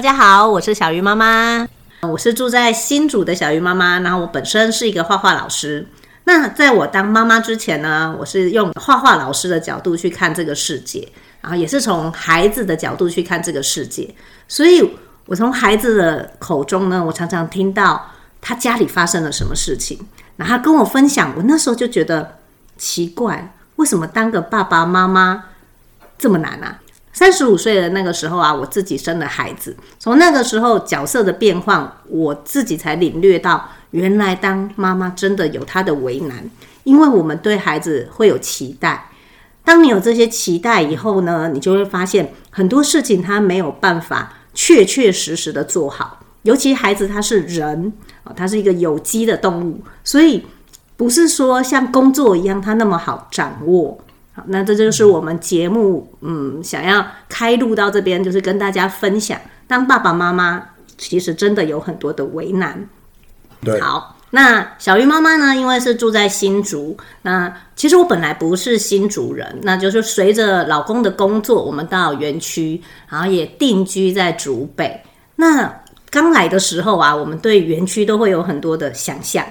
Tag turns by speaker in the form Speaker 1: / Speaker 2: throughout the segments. Speaker 1: 家好，我是小鱼妈妈，我是住在新竹的小鱼妈妈。然后我本身是一个画画老师。那在我当妈妈之前呢，我是用画画老师的角度去看这个世界，然后也是从孩子的角度去看这个世界。所以，我从孩子的口中呢，我常常听到他家里发生了什么事情，然后他跟我分享。我那时候就觉得奇怪，为什么当个爸爸妈妈这么难啊？三十五岁的那个时候啊，我自己生了孩子，从那个时候角色的变换，我自己才领略到，原来当妈妈真的有她的为难，因为我们对孩子会有期待。当你有这些期待以后呢，你就会发现很多事情他没有办法确确实实的做好，尤其孩子他是人啊，他是一个有机的动物，所以不是说像工作一样他那么好掌握。好，那这就是我们节目，嗯，想要开录到这边，就是跟大家分享，当爸爸妈妈其实真的有很多的为难。
Speaker 2: 对，
Speaker 1: 好，那小鱼妈妈呢，因为是住在新竹，那其实我本来不是新竹人，那就是随着老公的工作，我们到园区，然后也定居在竹北。那刚来的时候啊，我们对园区都会有很多的想象。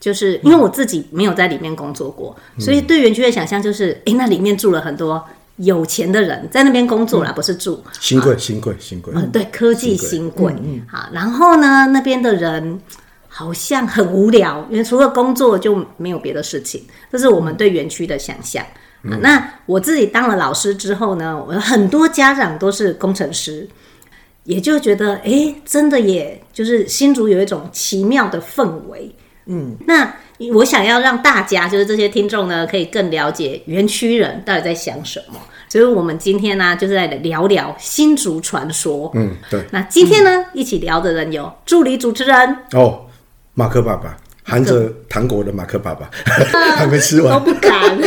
Speaker 1: 就是因为我自己没有在里面工作过，所以对园区的想象就是，诶，那里面住了很多有钱的人，在那边工作啦，不是住。
Speaker 2: 新贵，新贵，新贵，
Speaker 1: 嗯，对，科技新贵。好，然后呢，那边的人好像很无聊，因为除了工作就没有别的事情，这是我们对园区的想象。啊那我自己当了老师之后呢，我很多家长都是工程师，也就觉得，诶，真的也就是新竹有一种奇妙的氛围。那我想要让大家，就是这些听众呢，可以更了解园区人到底在想什么。所以，我们今天呢、就是来聊聊新竹传说。
Speaker 2: 嗯，对。
Speaker 1: 那今天呢，一起聊的人有助理主持人
Speaker 3: 嗯
Speaker 2: 哦，马克爸爸含着糖果的马克爸爸 还没吃
Speaker 1: 都
Speaker 2: 完，
Speaker 1: 不 敢，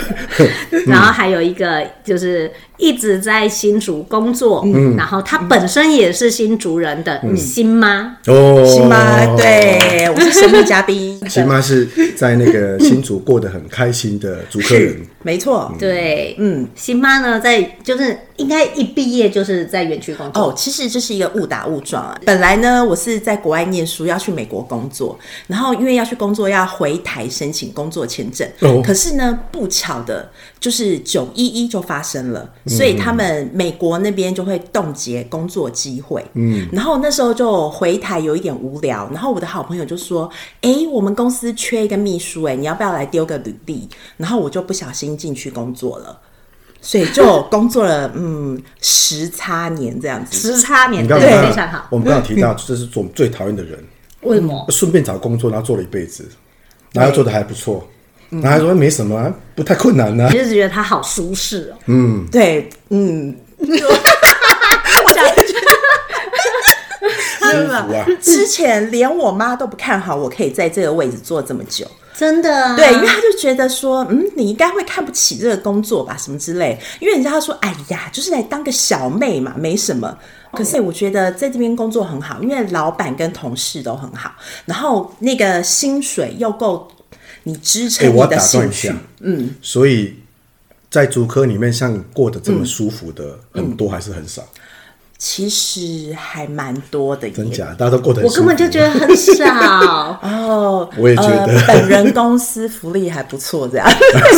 Speaker 1: 然后还有一个就是一直在新竹工作，
Speaker 3: 嗯
Speaker 1: 然后他本身也是新竹人的新
Speaker 3: 嗯
Speaker 1: 妈，
Speaker 2: 哦，
Speaker 3: 新妈，，对我是神秘嘉宾，
Speaker 2: 新妈是在那个新竹过得很开心的竹客人，
Speaker 3: 没错。
Speaker 1: 对，
Speaker 3: 嗯，
Speaker 1: 新妈呢在就是应该一毕业就是在园区工作，
Speaker 3: 哦，其实这是一个误打误撞啊。本来呢，我是在国外念书，要去美国工作，然后因为要去工作，要回台申请工作签证。
Speaker 2: 哦
Speaker 3: 可是呢，不巧的就是九一一就发生了，所以他们美国那边就会冻结工作机会。嗯，然后那时候就回台有一点无聊，然后我的好朋友就说：“诶，我们公司缺一个秘书、诶，你要不要来丢个履历？”然后我就不小心进去工作了。所以就工作了，嗯，十差年这样子，
Speaker 1: 时差年
Speaker 2: 你
Speaker 1: 对
Speaker 2: 刚刚
Speaker 1: 非常好。哦
Speaker 2: 我们刚刚提到，这是我们最讨厌的人，
Speaker 1: 为什
Speaker 3: 嗯
Speaker 1: 么？
Speaker 2: 顺便找工作，然后做了一辈子，然后做的还不错，然后还说没什么啊，不太困难呢
Speaker 1: 你，就是觉得他好舒适哦，
Speaker 3: 对，嗯，我想
Speaker 2: 舒服啊，
Speaker 3: 之前连我妈都不看好我可以在这个位置坐这么久，
Speaker 1: 真的啊。
Speaker 3: 对，因为她就觉得说，嗯，你应该会看不起这个工作吧，什么之类。因为人家她说，哎呀，就是来当个小妹嘛，没什么。可是我觉得在这边工作很好，因为老板跟同事都很好，然后那个薪水又够你支
Speaker 2: 哎，
Speaker 3: 撑
Speaker 2: 我
Speaker 3: 你
Speaker 2: 要打
Speaker 3: 的
Speaker 2: 断
Speaker 3: 兴
Speaker 2: 一
Speaker 3: 趣
Speaker 2: 下。，嗯，所以在竹科里面，像你过得这么舒服的，很多还是很少，
Speaker 3: 其实还蛮多的耶，
Speaker 2: 真假？大家都过得很
Speaker 1: 我
Speaker 2: 舒
Speaker 1: 根
Speaker 2: 服，
Speaker 1: 本就觉得很 少，
Speaker 3: 哦，
Speaker 2: 我也觉得
Speaker 3: 呃、本人公司福利还不错，这样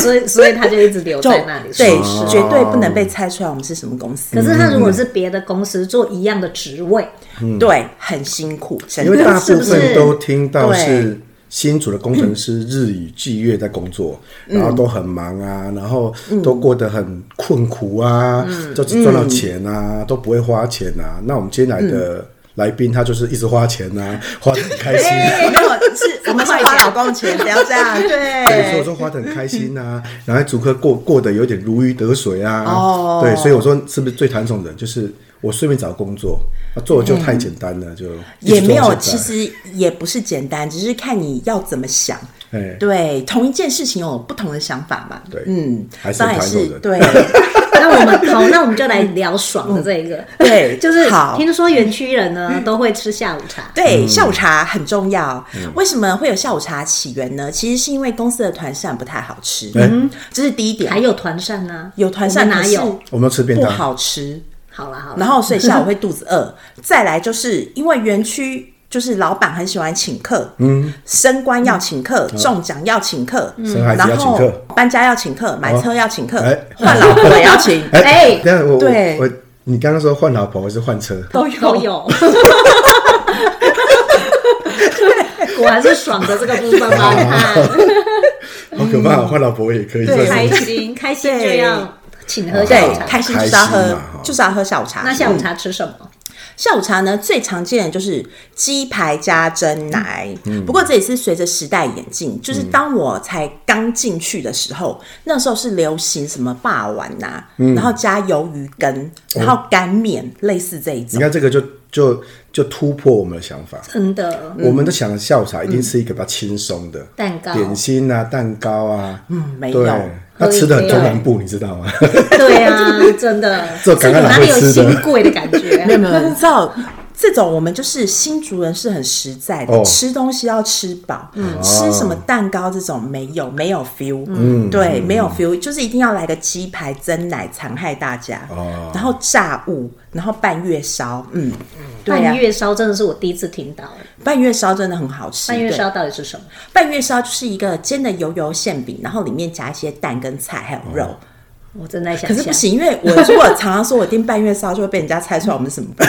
Speaker 1: 所以所以他就一直留
Speaker 3: 就
Speaker 1: 在那里。嗯
Speaker 3: 对，
Speaker 1: 是
Speaker 2: 哦
Speaker 3: 绝对不能被猜出来我们是什么公司。
Speaker 1: 可是他如果是别的公司做一样的职位，
Speaker 3: 对，很辛苦，真
Speaker 2: 因为
Speaker 3: 的
Speaker 2: 大部分都听到
Speaker 3: 是不
Speaker 2: 是新组的工程师日以继夜在工作，然后都很忙啊，然后都过得很困苦啊，就只赚到钱啊，都不会花钱啊。那我们今天来的来宾，他就是一直花钱啊， 花的很开心啊。
Speaker 3: 没有是我们是花老公钱，不要这 样。
Speaker 2: 对，所以我
Speaker 3: 对，
Speaker 2: 说花的很开心啊，然后主科过过得有点如鱼得水啊。
Speaker 3: 哦
Speaker 2: 对，所以我说是不是最谈这种人，就是我顺便找工作，啊做的就太简单了，就一
Speaker 3: 也
Speaker 2: 直做到
Speaker 3: 没
Speaker 2: 现
Speaker 3: 有，其
Speaker 2: 在
Speaker 3: 实也不是简单，只是看你要怎么想。
Speaker 2: 哎，
Speaker 3: 对，同一件事情有不同的想法嘛。
Speaker 2: 对
Speaker 3: 嗯
Speaker 2: 还，是
Speaker 3: 当
Speaker 2: 很
Speaker 3: 然
Speaker 2: 讨厌这
Speaker 3: 是
Speaker 2: 种人
Speaker 3: 对
Speaker 1: 那我们好，那我们就来聊爽的这一个。
Speaker 3: 对，
Speaker 1: 就是
Speaker 3: 好。
Speaker 1: 听说园区人呢都会吃下午茶，
Speaker 3: 对，
Speaker 2: 嗯
Speaker 3: 下午茶很重要。为什么会有下午茶起源呢？其实是因为公司的团扇不太好吃，
Speaker 2: 哎
Speaker 3: 这是第一点。
Speaker 1: 还有团扇呢，
Speaker 3: 有团扇
Speaker 1: 我们哪
Speaker 3: 可是
Speaker 1: 有？
Speaker 2: 我们要吃便
Speaker 3: 不
Speaker 2: 当。
Speaker 3: 好吃，
Speaker 1: 好了好了，
Speaker 3: 然后所以下午会肚子饿。再来就是因为园区就是老板很喜欢请客，嗯，升官要请客，中奖要请客，
Speaker 1: 嗯
Speaker 2: 生嗯孩子要
Speaker 3: 然
Speaker 2: 请
Speaker 3: 后
Speaker 2: 客
Speaker 3: 搬家要请客，买车要请客
Speaker 2: 哎，，
Speaker 3: 换老婆也要请
Speaker 2: 哎、
Speaker 1: 哎
Speaker 2: 等一下我
Speaker 3: 对
Speaker 2: 我我，你刚刚说换老婆还是换车？
Speaker 3: 都
Speaker 1: 都
Speaker 3: 有。
Speaker 1: 有。果然是爽的这个部分吧？你看，
Speaker 2: 好可怕，换老婆也可以
Speaker 3: 嗯对
Speaker 2: 算
Speaker 1: 开
Speaker 2: 是。
Speaker 1: 心，开心就要请喝下午
Speaker 3: 对，
Speaker 1: 茶。
Speaker 3: 开心就是
Speaker 2: 开
Speaker 3: 要
Speaker 2: 心
Speaker 3: 喝
Speaker 2: 嘛哈，
Speaker 3: 就是要喝下午茶。
Speaker 1: 那下午茶吃什么？
Speaker 3: 下午茶呢，最常见的就是鸡排加蒸奶。
Speaker 2: 嗯
Speaker 3: 不过这也是随着时代演进，就是当我才刚进去的时
Speaker 2: 嗯
Speaker 3: 候，那时候是流行什么霸丸呐、然后加鱿鱼羹，然后干面，类似这一
Speaker 2: 哦你
Speaker 3: 种。
Speaker 2: 看这个就就就突破我们的想法。
Speaker 1: 真的，
Speaker 3: 嗯
Speaker 2: 我们都想下午茶一定是一个比较轻松的
Speaker 1: 蛋糕
Speaker 2: 点心啊、蛋糕啊，
Speaker 3: 嗯，没有
Speaker 2: 对，那
Speaker 1: 喝一
Speaker 2: 吃的很
Speaker 1: 杯
Speaker 2: 中南部，你知道吗？
Speaker 1: 对啊，真的，
Speaker 2: 这橄榄
Speaker 1: 哪
Speaker 2: 会
Speaker 1: 里有
Speaker 2: 吃的
Speaker 1: 新贵的感觉？啊
Speaker 3: 没有没有，你知道这种我们就是新竹人是很实在的，
Speaker 2: 哦
Speaker 3: 吃东西要吃饱，
Speaker 1: 嗯
Speaker 3: 吃什么蛋糕这种没有没有 feel，嗯，对，没有 feel，就是一定要来个鸡排蒸奶残害大家，
Speaker 2: 哦
Speaker 3: 然后炸物，然后半月烧，嗯，对呀、
Speaker 1: 半月烧真的是我第一次听到，
Speaker 3: 半月烧真的很好吃，
Speaker 1: 半月
Speaker 3: 对
Speaker 1: 烧到底是什么？
Speaker 3: 半月烧就是一个煎的油油馅饼，然后里面加一些蛋跟菜还有肉。
Speaker 1: 嗯我正在想
Speaker 3: 可是不
Speaker 1: 象。
Speaker 3: 行，因为我如果常常说我订半月烧，就会被人家猜出来我们什么鬼。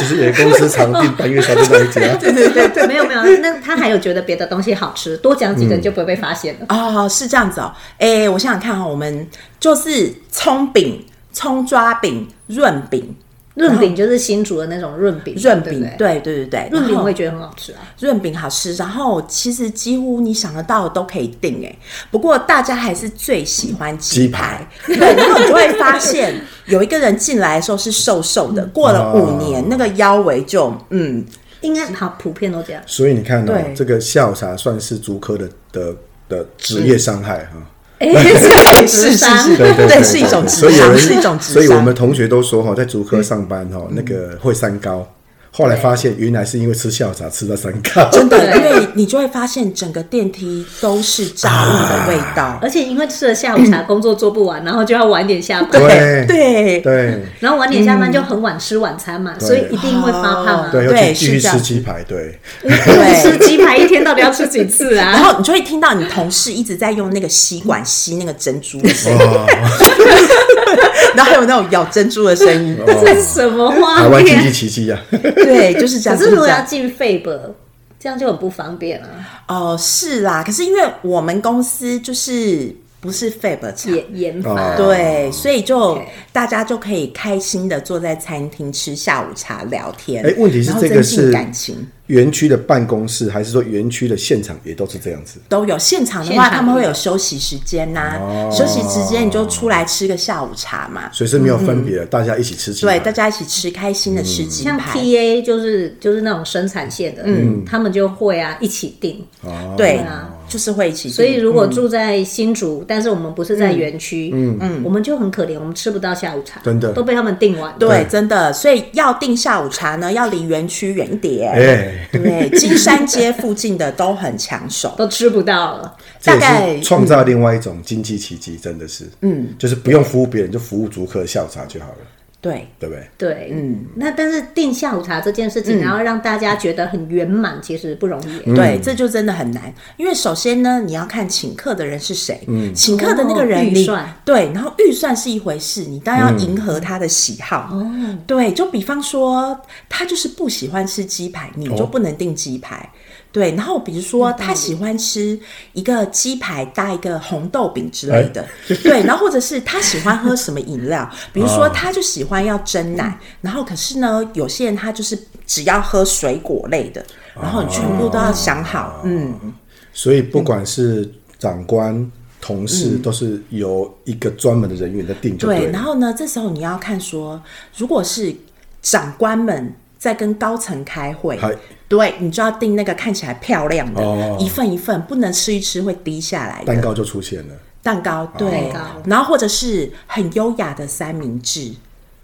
Speaker 2: 就是有的公司常订半月烧在那一 家，
Speaker 1: 对对对，没有没有，那他还有觉得别的东西好吃，多讲几个就不会被发现了。
Speaker 3: 哦，是这样子哦。哎，我想想看哈、哦，我们就是葱饼、葱抓饼、润饼、
Speaker 1: 润饼就是新竹的那种润饼，
Speaker 3: 润
Speaker 1: 对
Speaker 3: 饼
Speaker 1: 不对，
Speaker 3: 对对对对，
Speaker 1: 润饼
Speaker 3: 然后
Speaker 1: 我也觉得很好吃啊。
Speaker 3: 润饼好吃。然后其实几乎你想得到的都可以订哎，不过大家还是最喜欢鸡
Speaker 2: 鸡排。
Speaker 3: 对，然后你就会发现有一个人进来的时候是瘦瘦的，过了五年、那个腰围就嗯，
Speaker 1: 应该好普遍都这样。
Speaker 2: 所以你看哦
Speaker 3: 对，
Speaker 2: 这个下午茶算是竹科的的的职业伤害哈。
Speaker 1: 哎，这种智
Speaker 3: 对是是是，
Speaker 1: 商，
Speaker 2: 对对，
Speaker 3: 对
Speaker 2: 对
Speaker 3: 是一种
Speaker 2: 所
Speaker 3: 智
Speaker 2: 以有
Speaker 3: 商，
Speaker 2: 人
Speaker 3: 是一种智商。
Speaker 2: 所以我们同学都说哈，在竹科上班哈，那个会三高。后来发现原来是因为吃下午茶吃到三高，
Speaker 3: 真的，
Speaker 1: 对
Speaker 3: 因为你就会发现整个电梯都是炸物的味道。
Speaker 1: 而且因为吃了下午茶，工作做不完，然后就要晚点下班，
Speaker 2: 对
Speaker 3: 对
Speaker 2: 对
Speaker 1: 然后晚点下班就很晚吃晚餐嘛，所以一定会发胖啊。
Speaker 2: 对，要
Speaker 3: 哦
Speaker 2: 去
Speaker 3: 对
Speaker 2: 继续
Speaker 3: 是这样
Speaker 2: 吃鸡排，对，
Speaker 1: 吃
Speaker 3: 对。
Speaker 1: 鸡排一天到底要吃几次
Speaker 3: 然
Speaker 1: 啊？
Speaker 3: 后你就会听到你同事一直在用那个吸管吸那个 珍珠的声音，
Speaker 2: 哦，
Speaker 3: 然后还有那种咬珍珠的声音。
Speaker 1: 这是什么
Speaker 2: 台
Speaker 1: 画
Speaker 2: 湾经济
Speaker 1: 面？
Speaker 2: 奇迹啊，
Speaker 3: 对，就是这
Speaker 1: 可
Speaker 3: 样。
Speaker 1: 是如果
Speaker 3: 就是这
Speaker 1: 要
Speaker 3: 样
Speaker 1: 进肺部，这样就很不方便啊。
Speaker 3: 哦，是啦。可是因为我们公司就是不是 Fab 厂，
Speaker 1: 研研发
Speaker 2: 哦
Speaker 3: 啊对，所以就
Speaker 1: OK
Speaker 3: 大家就可以开心的坐在餐厅吃下午茶聊天。
Speaker 2: 哎问题是
Speaker 3: 然后
Speaker 2: 这个
Speaker 3: 增进
Speaker 2: 是
Speaker 3: 感情。
Speaker 2: 园区的办公室还是说园区的现场也都是这样子，
Speaker 3: 都有现场的
Speaker 1: 现
Speaker 3: 话，
Speaker 1: 场
Speaker 3: 他们会有休息时间呐、
Speaker 2: 哦
Speaker 3: 休息时间你就出来吃个下午茶嘛。
Speaker 2: 所以是没啊有分别的，大家一起吃鸡
Speaker 3: 对，
Speaker 2: 排，
Speaker 3: 大家一起吃开心的吃鸡
Speaker 1: 像
Speaker 3: 排。
Speaker 1: T A 就是就是那种生产线的，他们就会啊一起订。
Speaker 2: 哦
Speaker 3: 对
Speaker 1: 啊，
Speaker 3: 就是会一起订。
Speaker 1: 所以如果住在新竹，但是我们不是在园区，嗯嗯，我们就很可怜，我们吃不到下午茶，
Speaker 2: 真的
Speaker 1: 都被他们订完了。
Speaker 3: 对，真的，所以要订下午茶呢，要离园区远一点。
Speaker 2: 哎，
Speaker 3: 对，金山街附近的都很抢手。
Speaker 1: 都吃不到了。
Speaker 2: 这
Speaker 3: 大
Speaker 2: 也
Speaker 3: 概
Speaker 2: 是创造另外一种经济奇迹，真的是，嗯，就是不用服务别人，就服务足客的下午茶就好了，
Speaker 3: 对，
Speaker 2: 对不对？
Speaker 1: 对，嗯，那但是订下午茶这件事情，然后让大家觉得很圆满，其实不容易耶。
Speaker 3: 对，这就真的很难，因为首先呢，你要看请客的人是谁，请客的那个
Speaker 1: 哦
Speaker 3: 人
Speaker 1: 预
Speaker 3: 你
Speaker 1: 算
Speaker 3: 对，然后预算是一回事，你当然要迎合他的喜好。
Speaker 1: 哦
Speaker 3: 对，就比方说他就是不喜欢吃鸡排，你就不能订鸡排。对，然后比如说他喜欢吃一个鸡排搭一个红豆饼之类的，对，然后或者是他喜欢喝什么饮料，比如说他就喜欢要蒸奶，然后可是呢，有些人他就是只要喝水果类的，然后你全部都要想好，嗯，
Speaker 2: 所以不管是长官、同事，都是由一个专门的人员在定就
Speaker 3: 嗯对，
Speaker 2: 了
Speaker 3: 然后呢，这时候你要看说，如果是长官们在跟高层开会
Speaker 2: 还。
Speaker 3: 对你就要订那个看起来漂亮的，
Speaker 2: 哦
Speaker 3: 一份一份，不能吃一吃会滴下来的。
Speaker 2: 蛋糕哦就出现了。
Speaker 3: 蛋糕，对，
Speaker 1: 蛋糕
Speaker 3: 然后或者是很优雅的三明治，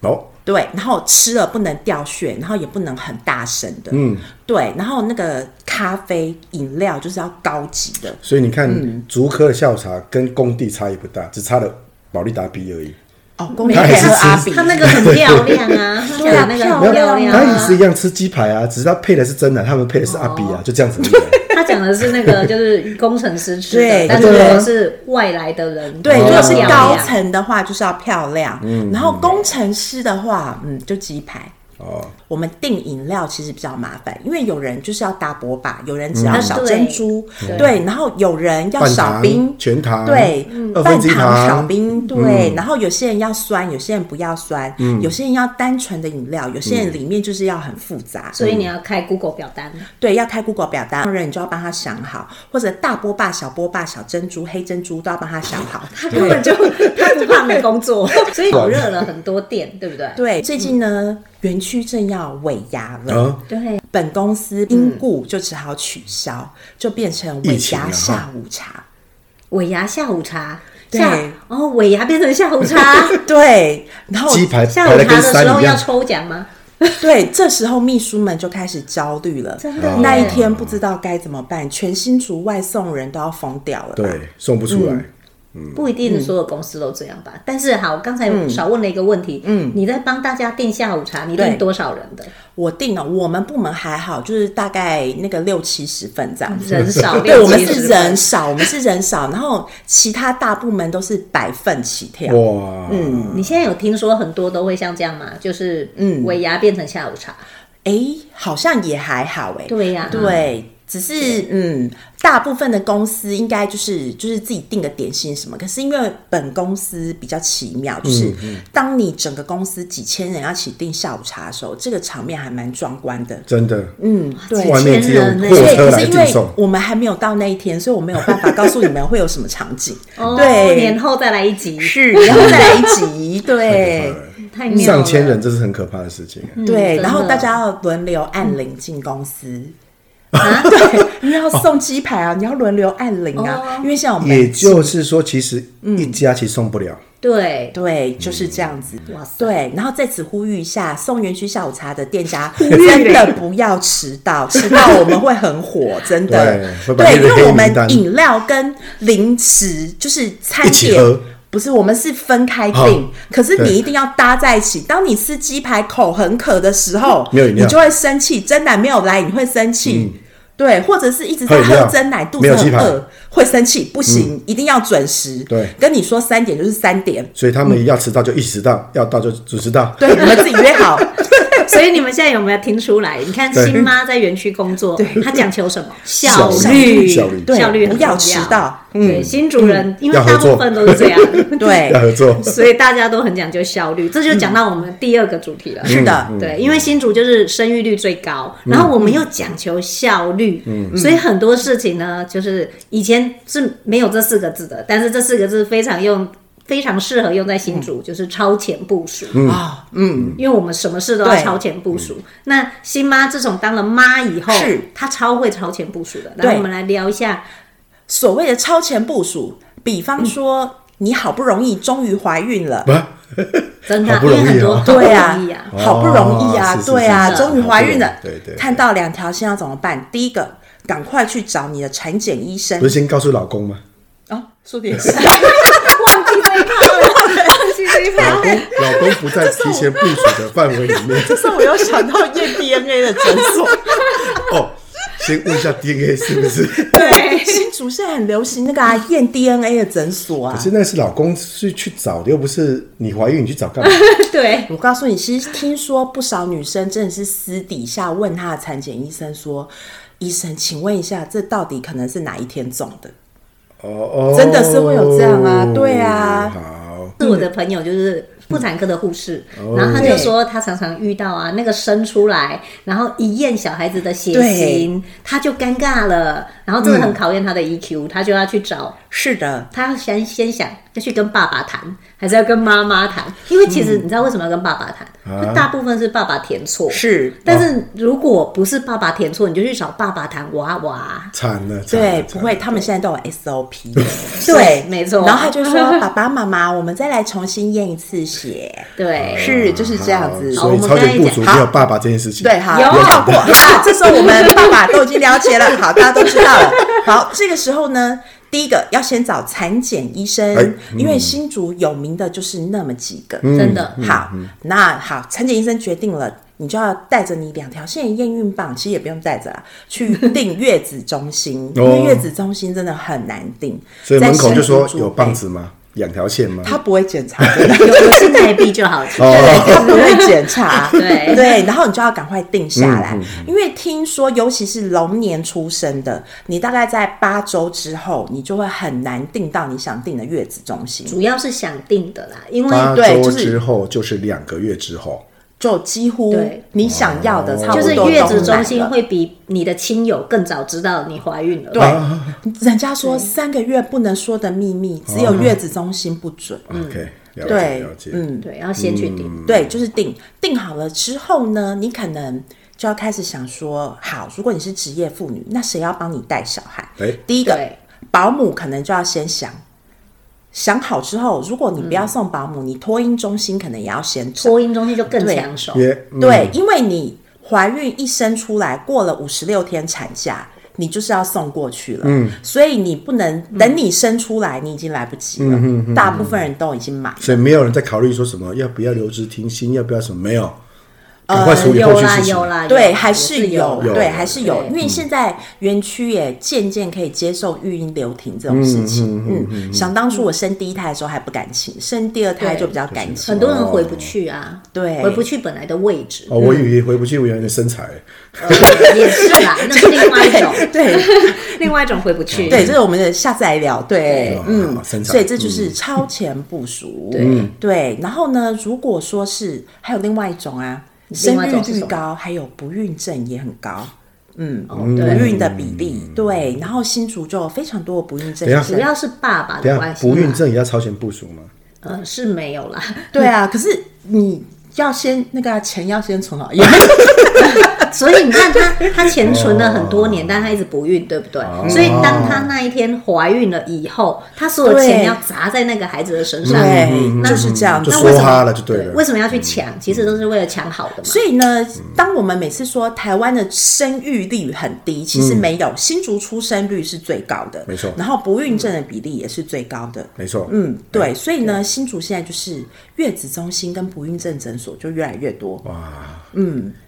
Speaker 2: 哦，
Speaker 3: 对，然后吃了不能掉屑，然后也不能很大声的，嗯，对，然后那个咖啡饮料就是要高级的，嗯
Speaker 2: 所以你看，竹科的下午茶跟工地差异不大，只差了保利达 B 而已。
Speaker 3: 哦，公
Speaker 2: 他
Speaker 3: 园
Speaker 2: 也
Speaker 3: 配
Speaker 2: 是
Speaker 3: 合阿
Speaker 2: 吃
Speaker 3: 比，
Speaker 1: 他那个很漂亮啊，他
Speaker 3: 对啊
Speaker 1: 的那个
Speaker 3: 漂
Speaker 1: 很漂
Speaker 3: 亮
Speaker 1: 亮
Speaker 2: 他也
Speaker 1: 啊。
Speaker 2: 是一样吃鸡排啊，只是他配的是真奶，他们配的
Speaker 3: 哦
Speaker 2: 是阿比啊，就这样子而已啊。
Speaker 1: 他讲的是那个就是工程师吃的
Speaker 3: 对，
Speaker 1: 但是如
Speaker 2: 对
Speaker 1: 果是外来的人，
Speaker 3: 对，
Speaker 1: 就
Speaker 2: 哦
Speaker 3: 如
Speaker 1: 要
Speaker 3: 果是
Speaker 1: 漂
Speaker 3: 高
Speaker 1: 亮
Speaker 3: 层的话，就是要漂亮。
Speaker 2: 嗯
Speaker 3: 然后工程师的话，嗯，就鸡排。
Speaker 2: 哦，
Speaker 3: 我们订饮料其实比较麻烦，因为有人就是要打波把，有人只要
Speaker 1: 嗯
Speaker 3: 少
Speaker 1: 对
Speaker 3: 珍珠，
Speaker 1: 啊对
Speaker 3: 对，然后有人 要
Speaker 2: 半
Speaker 3: 少
Speaker 2: 糖
Speaker 3: 冰、，
Speaker 2: 全糖，
Speaker 3: 对，
Speaker 1: 嗯
Speaker 2: 二
Speaker 3: 半
Speaker 2: 分之一嗯
Speaker 3: 糖少
Speaker 2: 糖，
Speaker 3: 冰，对。然后有些人要酸，有些人不要酸，
Speaker 2: 嗯
Speaker 3: 有些人要单纯的饮料，有些人里面就是要很复杂，
Speaker 1: 所以你要开 Google 表单，
Speaker 3: 对，要开 Google 表单，当然你就要帮他想好，或者大波霸、小波霸、小珍珠、黑珍珠都要帮他想好。
Speaker 1: 他根本就他不怕没工作，所以火热了很多店，对不对？
Speaker 3: 对，最近呢，园区正要尾牙了，
Speaker 2: 啊，
Speaker 1: 对，
Speaker 3: 本公司因故就只好取消，就变成尾
Speaker 2: 疫情
Speaker 3: 牙
Speaker 2: 了
Speaker 3: 下午茶。
Speaker 1: 尾牙下午茶，
Speaker 3: 对
Speaker 1: 下哦，尾牙变成下午茶，
Speaker 3: 对，然后
Speaker 2: 鸡排
Speaker 1: 下
Speaker 2: 排
Speaker 1: 午
Speaker 2: 的
Speaker 1: 茶
Speaker 2: 跟
Speaker 1: 的时
Speaker 2: 山
Speaker 1: 候
Speaker 2: 一
Speaker 1: 要
Speaker 2: 样，
Speaker 1: 抽奖吗？
Speaker 3: 对，这时候秘书们就开始焦虑了。
Speaker 1: 真的耶
Speaker 3: 那一天不知道该怎么办，全新竹外送人都要疯掉了吧。
Speaker 2: 对，送不出
Speaker 3: 嗯
Speaker 2: 来。
Speaker 1: 不一定所有公司都这样吧。但是好，刚才少问了一个问题，嗯，你在帮大家订下午茶，你订
Speaker 3: 对
Speaker 1: 多少人的？
Speaker 3: 我定了，我们部门还好，就是大概那个六七十份这样子。
Speaker 1: 人少，
Speaker 3: 对，我们
Speaker 1: 嗯六七
Speaker 3: 是
Speaker 1: 十
Speaker 3: 人少，我们是人少，然后其他大部门都是百份起跳。
Speaker 2: 哇，嗯，
Speaker 1: 你现在有听说很多都会像这样吗？就是嗯，尾牙变成下午茶，
Speaker 3: 哎，好像也还好哎、
Speaker 1: 对啊呀、
Speaker 3: 对，只是嗯，大部分的公司应该就是就是自己定个点心什么，可是因为本公司比较奇妙，就是当你整个公司几千人要起订下午茶的时候，这个场面还蛮壮观的。
Speaker 2: 真的，
Speaker 3: 嗯，对。
Speaker 2: 外面只有
Speaker 1: 千人呢
Speaker 2: 货车
Speaker 3: 对，可
Speaker 2: 来
Speaker 3: 是因
Speaker 2: 递
Speaker 3: 为
Speaker 2: 送，
Speaker 3: 我们还没有到那一天，所以我没有办法告诉你们会有什么场景。
Speaker 1: 哦，
Speaker 3: 对
Speaker 1: 年后再来一集，
Speaker 3: 是，然后再来一集，对
Speaker 1: 太妙了
Speaker 2: 上千人，这是很可怕的事情。啊
Speaker 1: 嗯
Speaker 3: 对，
Speaker 1: 真
Speaker 3: 然后
Speaker 1: 的
Speaker 3: 大家要轮流按铃进公司。
Speaker 1: 嗯
Speaker 3: 啊，对，因为要送鸡排啊，你要轮流按铃啊，
Speaker 1: 哦
Speaker 3: 因为像我们
Speaker 2: 也就是说，其实
Speaker 3: 嗯
Speaker 2: 一家其实送不了，
Speaker 1: 对，
Speaker 3: 对，就是这样子。
Speaker 2: 嗯
Speaker 1: 哇塞，
Speaker 3: 对，然后在此呼吁一下，送园区下午茶的店家，真的不要迟到，迟到我们会很火，真的。
Speaker 2: 对会把
Speaker 3: 对，
Speaker 2: 那个
Speaker 3: 因为我
Speaker 2: 黑
Speaker 3: 们
Speaker 2: 名单
Speaker 3: 饮料跟零食就是餐
Speaker 2: 一起
Speaker 3: 点
Speaker 2: 喝。
Speaker 3: 不是，我们是分开
Speaker 2: 哦
Speaker 3: 订，可是
Speaker 2: 对
Speaker 3: 你一定要搭在一起。当你吃鸡排口很渴的时候，
Speaker 2: 没有饮料嗯
Speaker 3: 你就会生气。真奶没有来，你会生气。对，或者是一直在
Speaker 2: 喝饮料
Speaker 3: 喝真奶，肚
Speaker 2: 没
Speaker 3: 子
Speaker 2: 有鸡
Speaker 3: 很
Speaker 2: 排嗯
Speaker 3: 饿，会生气。不行，一定要准时。
Speaker 2: 对
Speaker 3: 跟你说三点就是三点，
Speaker 2: 所以他
Speaker 3: 嗯
Speaker 2: 们要迟到就一起迟到，要到就准时到。
Speaker 3: 对，你们自己约好。
Speaker 1: 所以你们现在有没有听出来？你看
Speaker 2: 对
Speaker 1: 新妈在园区工作，她讲求什么？效
Speaker 2: 率
Speaker 1: 效
Speaker 2: 效率
Speaker 3: 对
Speaker 1: 率很
Speaker 3: 不
Speaker 1: 重
Speaker 3: 要嗯迟到。
Speaker 1: 对，新主人因为
Speaker 2: 嗯要合
Speaker 1: 大部
Speaker 2: 作
Speaker 1: 分都是 这样，
Speaker 2: 要
Speaker 3: 对，
Speaker 2: 合 作，
Speaker 1: 所以大家都很讲究效率。这就讲到我们第二个主题了。
Speaker 2: 嗯
Speaker 3: 是的，
Speaker 1: 对，因为新竹就是生育率最高，然后我们又讲求效率，
Speaker 2: 嗯
Speaker 1: 所以很多事情呢，就是以前是没有这四个字的，但是这四个字非常用，非常适合用在新
Speaker 2: 嗯
Speaker 1: 竹，就是超前部署。
Speaker 3: 啊，嗯，
Speaker 1: 因为我们什么事都要
Speaker 3: 对
Speaker 1: 超前部署。
Speaker 2: 嗯
Speaker 1: 那新妈自从当了妈以后，
Speaker 3: 是
Speaker 1: 她超会超前部署的。
Speaker 3: 对
Speaker 1: 来，我们来聊一下，
Speaker 3: 所谓的超前部署，比方说你好不容易终于怀孕了。
Speaker 1: 真的，
Speaker 2: 好不容易
Speaker 1: 因
Speaker 2: 啊
Speaker 1: 为很多
Speaker 3: 对
Speaker 1: 呀、
Speaker 3: 啊，好不容易啊，
Speaker 2: 哦是是
Speaker 3: 对啊，
Speaker 2: 是
Speaker 3: 终于怀孕了，
Speaker 2: 好不容易对对对
Speaker 3: 看到两条线要怎么办？第一个，赶快去找你的产检医生
Speaker 2: 不是先告诉老公吗？
Speaker 3: 哦，说点是，
Speaker 1: 忘记这一趴了，忘记这一趴
Speaker 3: 啊
Speaker 2: 老公，老公不 在提前部署的范围里面。
Speaker 3: 这是我又想到验 DNA 的诊 所。
Speaker 2: 哦，先问一下 DNA 是不是？
Speaker 1: 对
Speaker 3: 新竹现在很流行那个啊验 DNA 的诊所
Speaker 2: 可
Speaker 3: 啊。
Speaker 2: 是那是老公去去找的，又不是你怀孕你去找 干嘛？
Speaker 1: 对，
Speaker 3: 我告诉你，其实听说不少女生真的是私底下问她的产检医生说：“医生，请问一下，这到底可能是哪一天中的
Speaker 2: 哦哦，
Speaker 3: 真的是会有这样啊对啊
Speaker 2: 好，
Speaker 1: 是我的朋友，就是妇产科的护士，
Speaker 3: 哦
Speaker 1: 然后他就说他常常遇到啊，那个生出来，然后一验小孩子的血型，他就尴尬了，然后这个很考验他的
Speaker 3: 嗯
Speaker 1: EQ，、他就要去找？”
Speaker 3: 是的，
Speaker 1: 他要先先想要去跟爸爸谈，还是要跟妈妈谈？因为其实
Speaker 3: 嗯
Speaker 1: 你知道为什么要跟爸爸谈？
Speaker 2: 啊
Speaker 1: 就大部分是爸爸填错，
Speaker 3: 是，
Speaker 1: 但是如果不是爸爸填错，你就去找爸爸谈哇哇。
Speaker 2: 惨了，惨了
Speaker 3: 对，不，会，他们现在都有 SOP 的
Speaker 1: 对没错
Speaker 3: 然后他就说：“爸爸妈妈，我们再来重新验一次血。”
Speaker 1: 对，
Speaker 3: 是，就是这样子。
Speaker 2: 好所以
Speaker 1: 好我们
Speaker 2: 超前部署
Speaker 1: 刚才
Speaker 2: 没有爸爸这件事情，
Speaker 3: 对，好，
Speaker 1: 有
Speaker 3: 跳 过。好啦，这时候我们爸爸都已经了解了，好，大家都知道了。好，这个时候呢，第一个要先找产检医生，
Speaker 2: 哎嗯
Speaker 3: 因为新竹有名的就是那么几个。
Speaker 1: 真的
Speaker 3: 好，
Speaker 2: 嗯
Speaker 3: 那好，产检医生决定了，你就要带着你两条线的验孕棒，其实也不用带着啦，去订月子中心，因为
Speaker 2: 哦
Speaker 3: 月子中心真的很难订，
Speaker 2: 所以门口
Speaker 3: 在
Speaker 2: 就说
Speaker 3: 新竹哎
Speaker 2: 有棒子吗？两条线吗？
Speaker 3: 他不会检查真的
Speaker 1: 有有新台币就好，
Speaker 3: 哦
Speaker 2: 哦
Speaker 3: 对，他 不会检查，
Speaker 1: 对
Speaker 3: 对，然后你就要赶快定下
Speaker 2: 嗯
Speaker 3: 来，因为听说，尤其是龙年出生的，你大概在八周之后，你就会很难定到你想定的月子中心，
Speaker 1: 主要是想定的啦，因为
Speaker 2: 八
Speaker 3: 对
Speaker 2: 周
Speaker 3: 就是
Speaker 2: 之后就是两个月之后，
Speaker 3: 就几乎
Speaker 1: 对
Speaker 3: 你想要的差不
Speaker 1: 就是
Speaker 3: 多都
Speaker 1: 月子中
Speaker 3: 满
Speaker 1: 心
Speaker 3: 了
Speaker 1: 会比你的亲友更早知道你怀孕了。
Speaker 3: 对，人家说三个月不能说的秘密，只有月子中心不准。
Speaker 2: OK，了解
Speaker 3: 嗯对
Speaker 2: 了解，，
Speaker 3: 嗯，
Speaker 1: 对，要先去定。
Speaker 3: 对，就是定定好了之后呢，你可能就要开始想说，好，如果你是职业妇女，那谁要帮你带小孩？
Speaker 2: 哎
Speaker 3: 第一个
Speaker 1: 对
Speaker 3: 保姆可能就要先想。想好之后，如果你不要送保姆，你托婴中心可能也要先找。
Speaker 1: 嗯托婴中心就更抢手，
Speaker 2: 也嗯
Speaker 3: 对，因为你怀孕一生出来过了五十六天产假，你就是要送过去了。嗯，所以你不能
Speaker 1: 嗯
Speaker 3: 等你生出来，你已经来不及了。大部分人都已经满。
Speaker 2: 所以没有人在考虑说什么要不要留职停薪，要不要什么没有，
Speaker 3: 呃
Speaker 2: 赶快处理后
Speaker 1: 有
Speaker 2: 续
Speaker 1: 啦
Speaker 2: 事情
Speaker 1: 有。啦，
Speaker 3: 对，
Speaker 1: 啊有
Speaker 3: 还
Speaker 1: 也
Speaker 3: 是
Speaker 1: 是
Speaker 3: 有，
Speaker 1: 啦
Speaker 3: 对，
Speaker 2: 有
Speaker 3: 还是有，因为现在园区也渐渐可以接受育婴留停这种事情。嗯，想当初我生第一胎的时候还不敢请，生第二胎就比较敢请
Speaker 1: 很。多人回不去啊，
Speaker 3: 对
Speaker 1: 回不去本来的位置，
Speaker 2: 哦，我以
Speaker 3: 嗯
Speaker 2: 为回不去我原来的身材，
Speaker 1: 也是 啦，那是另外一种，
Speaker 3: 对
Speaker 1: 另外一种回不去。
Speaker 3: 对，这是我们的下次来聊。对
Speaker 2: 哦，
Speaker 3: 嗯
Speaker 2: 好，生产
Speaker 3: 所以这就是超前部署。对对，然后呢，如果说是还有另外一种啊，生
Speaker 1: 另外一
Speaker 3: 育
Speaker 1: 种是
Speaker 3: 率
Speaker 1: 什么
Speaker 3: 高，还有不孕症也很高。嗯，
Speaker 1: 哦
Speaker 3: 不
Speaker 1: 对，
Speaker 3: 孕的比例对，然后新竹就有非常多的不孕
Speaker 2: 等
Speaker 3: 症
Speaker 2: 一下
Speaker 1: 主
Speaker 3: 生。
Speaker 1: 要是爸爸
Speaker 2: 等
Speaker 1: 的
Speaker 2: 一下
Speaker 1: 关系嘛。
Speaker 2: 不孕症也要超前部署吗？
Speaker 1: 呃是没有啦，
Speaker 3: 对啊，可是你要先那个啊钱要先存好，也 没有
Speaker 1: 所以你看 他，他钱存了很多年，但他一直不孕，对不对？
Speaker 3: 哦
Speaker 1: 所以当他那一天怀孕了以后，他所有的钱
Speaker 3: 对
Speaker 1: 要砸在那个孩子的身上，
Speaker 3: 对，哎就是这样
Speaker 2: 嗯就。
Speaker 3: 那
Speaker 2: 说
Speaker 3: 为什么？
Speaker 2: 哈了就对了
Speaker 1: 为。什么要去抢？其实都是为了抢好的嘛。
Speaker 3: 所以呢，当我们每次说台湾的生育率很低，其实没有，新竹出生率是最高的，
Speaker 2: 没错
Speaker 3: 然后不孕症的比例也是最高的。
Speaker 2: 没错，
Speaker 3: 嗯，对，所以呢，新竹现在就是月子中心跟不孕症诊所就越来越多，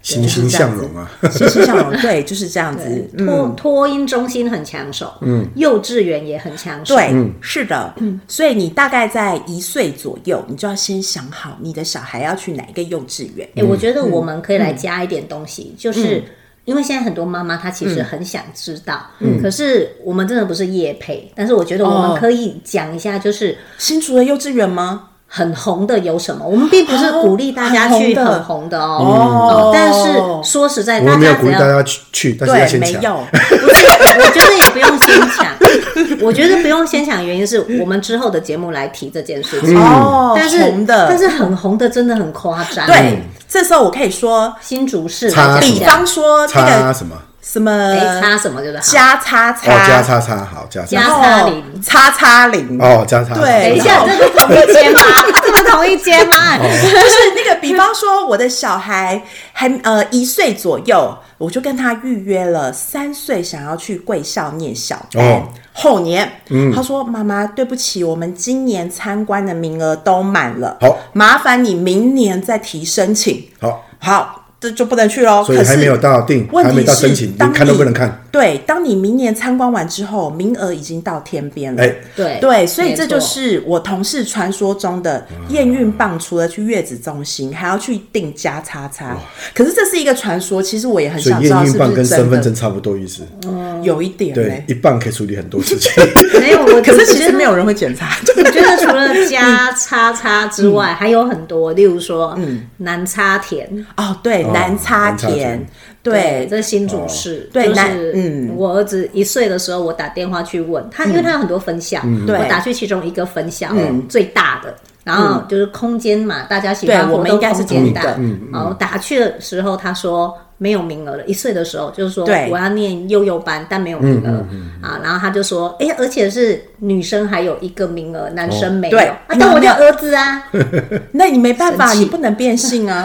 Speaker 2: 欣欣向荣啊！
Speaker 3: 欣欣向荣。对，就是这 样子。嗯
Speaker 1: 托托婴中心很抢手，嗯，幼稚园也很抢手，
Speaker 3: 对，，是嗯的，所以你大概在一岁左右，你就要先想好你的小孩要去哪一个幼稚园。
Speaker 1: 哎、我觉得我们可以来加一点东
Speaker 3: 嗯
Speaker 1: 西，就是因为现在很多妈妈她其实很想知道，可是我们真的不是业配，但是我觉得我
Speaker 3: 嗯哦
Speaker 1: 们可以讲一下，就是
Speaker 3: 新竹的幼稚园吗？
Speaker 1: 很红的有什么。我们并不是鼓励大家去
Speaker 3: 哦哦很红的
Speaker 1: 很红的哦，
Speaker 3: 哦
Speaker 1: 但是说实在，
Speaker 2: 嗯 我
Speaker 1: 大
Speaker 2: 们没有
Speaker 1: 家
Speaker 2: 鼓
Speaker 1: 只
Speaker 2: 励大
Speaker 1: 要。
Speaker 2: 家去去，但是要
Speaker 3: 对，
Speaker 2: 先
Speaker 3: 没
Speaker 2: 抢。
Speaker 3: 有。
Speaker 1: 不是，我觉得也不用先抢。 我觉得不用先抢，原因是我们之后的节目来提这件事
Speaker 2: 嗯
Speaker 1: 情。
Speaker 3: 哦，
Speaker 1: 但是
Speaker 3: 红的，嗯
Speaker 1: 但是很红的真的很夸张。
Speaker 3: 对，，这时候我可以说，
Speaker 1: 新竹市
Speaker 2: 差
Speaker 1: 来讲
Speaker 3: 比方说那
Speaker 2: 叉
Speaker 3: 个
Speaker 2: 什么？
Speaker 3: 什么
Speaker 1: 哎，差什么就是好。
Speaker 3: 加叉
Speaker 2: 哦，加
Speaker 3: 叉哦
Speaker 2: 叉叉，好加
Speaker 1: 加
Speaker 2: 叉。
Speaker 1: 叉零
Speaker 3: 叉叉零，就
Speaker 2: 哦，加哦叉。
Speaker 3: 对
Speaker 1: 等一下，
Speaker 3: 然
Speaker 1: 这是同一间 吗？这是同一间吗？
Speaker 3: 是那个，比方说我的小孩还呃一岁左右，我就跟他预约了三岁想要去贵校念小班。
Speaker 2: 哦
Speaker 3: 后年，
Speaker 2: 嗯
Speaker 3: 他说：“妈妈，对不起，我们今年参观的名额都满了，
Speaker 2: 好
Speaker 3: 麻烦你明年再提申请。
Speaker 2: 好，”
Speaker 3: 好，这就不能去喽。
Speaker 2: 所以
Speaker 3: 可是
Speaker 2: 还没有到定，
Speaker 3: 问题
Speaker 2: 还没到申请，
Speaker 3: 是当
Speaker 2: 连
Speaker 3: 你
Speaker 2: 看都不能看。
Speaker 3: 对，当你明年参观完之后，名额已经到天边了。
Speaker 2: 哎，
Speaker 1: 对
Speaker 3: 对，所以这就
Speaker 1: 没错
Speaker 3: 是我同事传说中的
Speaker 2: 嗯
Speaker 3: 验孕棒，除了去月子中心，还要去订加叉叉。可是这是一个传说，其实我也很
Speaker 2: 所
Speaker 3: 想
Speaker 2: 以
Speaker 3: 知道
Speaker 2: 验
Speaker 3: 是
Speaker 2: 孕棒
Speaker 3: 不
Speaker 2: 跟
Speaker 3: 是
Speaker 2: 身
Speaker 3: 真
Speaker 2: 份
Speaker 3: 的。
Speaker 2: 证差不多意思。
Speaker 1: 嗯
Speaker 3: 有一点
Speaker 2: 对
Speaker 3: 嘞，，
Speaker 2: 一棒可以处理很多事 情。
Speaker 1: 没有，我
Speaker 3: 可是其
Speaker 1: 我觉
Speaker 3: 实
Speaker 1: 得
Speaker 3: 没有人会检查。
Speaker 1: 我觉得除了加叉叉之外，
Speaker 3: 嗯
Speaker 1: 还有很多，例如说，嗯，南叉田，
Speaker 3: 哦，对，
Speaker 2: 哦
Speaker 3: 南叉
Speaker 2: 南叉
Speaker 3: 田
Speaker 2: 田，
Speaker 3: 对，哦
Speaker 1: 这是新竹市，
Speaker 3: 对
Speaker 1: 就
Speaker 3: 南
Speaker 1: 是
Speaker 3: 嗯
Speaker 1: 我儿子一岁的时候，我打电话去问他，因为他有很多分校，
Speaker 3: 嗯对嗯
Speaker 1: 我打去其中一个分校最大的，然后就是空间嘛，大家喜欢
Speaker 3: 对我们
Speaker 1: 活动
Speaker 3: 应该是
Speaker 1: 空间
Speaker 3: 同
Speaker 1: 大
Speaker 3: 一个。嗯
Speaker 1: 然后打去的时候，他说没有名额了。一岁的时候就是说
Speaker 3: 对嗯
Speaker 1: 我要念幼幼班，但没有名额、啊。然后他就说，哎，而且是女生还有一个名额，男生没有。
Speaker 3: 哦对
Speaker 1: 啊，但我的儿子啊，
Speaker 3: 那你没办法，
Speaker 1: 神奇
Speaker 3: 你不能变性啊。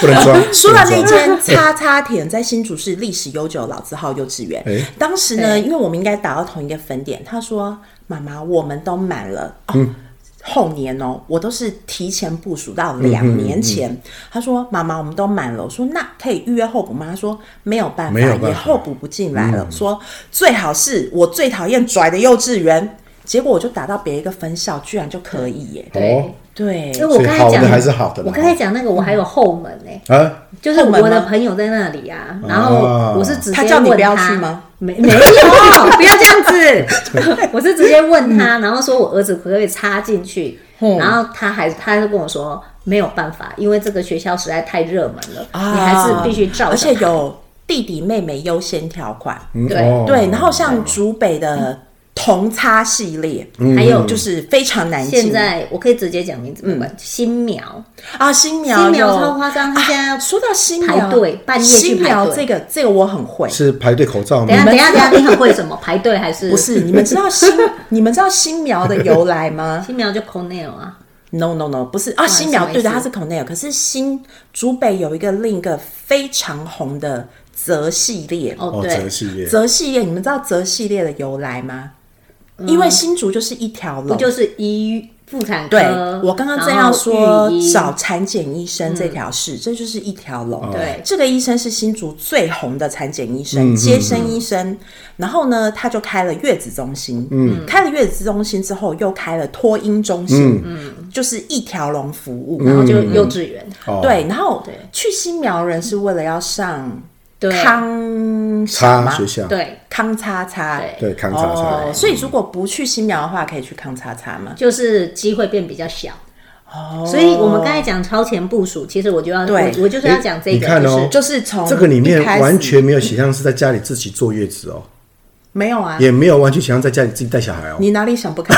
Speaker 2: 不能装。
Speaker 3: 说
Speaker 2: 不
Speaker 3: 到
Speaker 2: 能
Speaker 3: 那
Speaker 2: 装
Speaker 3: 间叉叉田，在新竹市历史悠久老字号幼稚园
Speaker 2: 哎，
Speaker 3: 当时呢，
Speaker 1: 哎
Speaker 3: 因为我们应该打到同一个分点，他说：“妈妈，我们都满了。”哦。
Speaker 2: 嗯
Speaker 3: 后年哦，我都是提前部署到两年
Speaker 2: 嗯
Speaker 3: 前。他说：“妈妈，我们都满了。”我说：“那可以预约候补吗？”他说：“没有办法，
Speaker 2: 没有办法嗯
Speaker 3: 也候补不进来了。说：“最好是我最讨厌拽的幼稚园。”结果我就打到别一个分校，居然就可以耶！
Speaker 2: 哦，
Speaker 3: 对，
Speaker 1: 因为我刚才
Speaker 2: 所以好
Speaker 1: 讲
Speaker 2: 的还是好的啦
Speaker 1: 我刚才讲那个，我还有后门呢、
Speaker 3: 嗯
Speaker 2: 啊，
Speaker 1: 就是
Speaker 3: 后门
Speaker 1: 我
Speaker 3: 吗
Speaker 1: 的朋友在那里啊，然后我是直接问
Speaker 3: 啊他叫你不要去吗？
Speaker 1: 没 没有，不要这样 子。我是直接问他，
Speaker 3: 嗯
Speaker 1: 然后说我儿子可不可以插进去，
Speaker 3: 哦
Speaker 1: 然后他还他就跟我说没有办法，因为这个学校实在太热门了，
Speaker 3: 啊
Speaker 1: 你还是必须照着
Speaker 3: 而且
Speaker 1: 排
Speaker 3: 有弟弟妹妹优先条款。
Speaker 2: 嗯
Speaker 1: 对
Speaker 2: 哦
Speaker 3: 对，然后像竹北的同差系列，
Speaker 2: 嗯
Speaker 1: 还有
Speaker 3: 就
Speaker 1: 就是
Speaker 3: 是非常难进。
Speaker 1: 现在我可以直接讲名字没关
Speaker 3: 嗯
Speaker 1: 系，新苗，
Speaker 3: 啊，新苗
Speaker 1: 新苗
Speaker 3: 有
Speaker 1: 超夸
Speaker 3: 啊
Speaker 1: 张，他现在要
Speaker 3: 说到新苗
Speaker 1: 排队半夜去
Speaker 3: 新苗
Speaker 1: 排队
Speaker 3: 这个这个我很会。
Speaker 2: 是排队口罩吗
Speaker 1: 等一？下等
Speaker 3: 们
Speaker 1: 一 下等一下，你很会什么排队还是
Speaker 3: 不是，你们知 道新你们知道新苗的由来吗
Speaker 1: 新苗就 Cornell 啊？
Speaker 3: ？No No No，不是啊，
Speaker 1: 意思
Speaker 3: 新苗
Speaker 1: 不好意
Speaker 3: 对
Speaker 1: 思
Speaker 3: 的，它是 Cornell，可是新竹北有一个另一个非常红的泽系列
Speaker 1: 哦
Speaker 2: 哦，
Speaker 1: 对
Speaker 2: 折，系列
Speaker 3: 泽系列，你们知道泽系列的由来吗？因为新竹就是一条
Speaker 1: 不
Speaker 3: 龙，
Speaker 1: 就是医妇产科？
Speaker 3: 对我刚刚正要
Speaker 1: 然
Speaker 3: 说
Speaker 1: 后育婴
Speaker 3: 找产检医生这条事，这就是一条龙。
Speaker 1: 对
Speaker 3: 这个医生是新竹最红的产检医生，接生医生。然后呢，他就开了月子中心，嗯，开了月子中心之后，又开了托婴中心，嗯，就是一条龙服务。然
Speaker 1: 然
Speaker 3: 后
Speaker 1: 后
Speaker 3: 就
Speaker 1: 就幼稚园，
Speaker 2: 哦，
Speaker 3: 对，然后
Speaker 1: 对
Speaker 3: 去新苗人是为了要上
Speaker 1: 对
Speaker 3: 康啊小
Speaker 2: 插
Speaker 3: 吗
Speaker 2: 学校，
Speaker 1: 对，
Speaker 3: 康叉叉，
Speaker 1: 对
Speaker 2: 对康叉叉
Speaker 3: 哦，所以如果不去新苗的话，可以去康叉叉吗？
Speaker 1: 就是机会变比较小。哦，所以我们刚才讲超前部署，其实我就要我
Speaker 3: 对
Speaker 1: 我就是要讲这
Speaker 2: 诶你
Speaker 1: 个，
Speaker 2: 看哦
Speaker 1: 就是
Speaker 3: 就是从
Speaker 2: 这个里面
Speaker 3: 一开始
Speaker 2: 完全没有想象是在家里自己坐月子哦，
Speaker 3: 没有
Speaker 1: 嗯
Speaker 3: 啊，
Speaker 2: 也没有完全想象在家里自己带小孩哦，
Speaker 3: 你哪里想不开？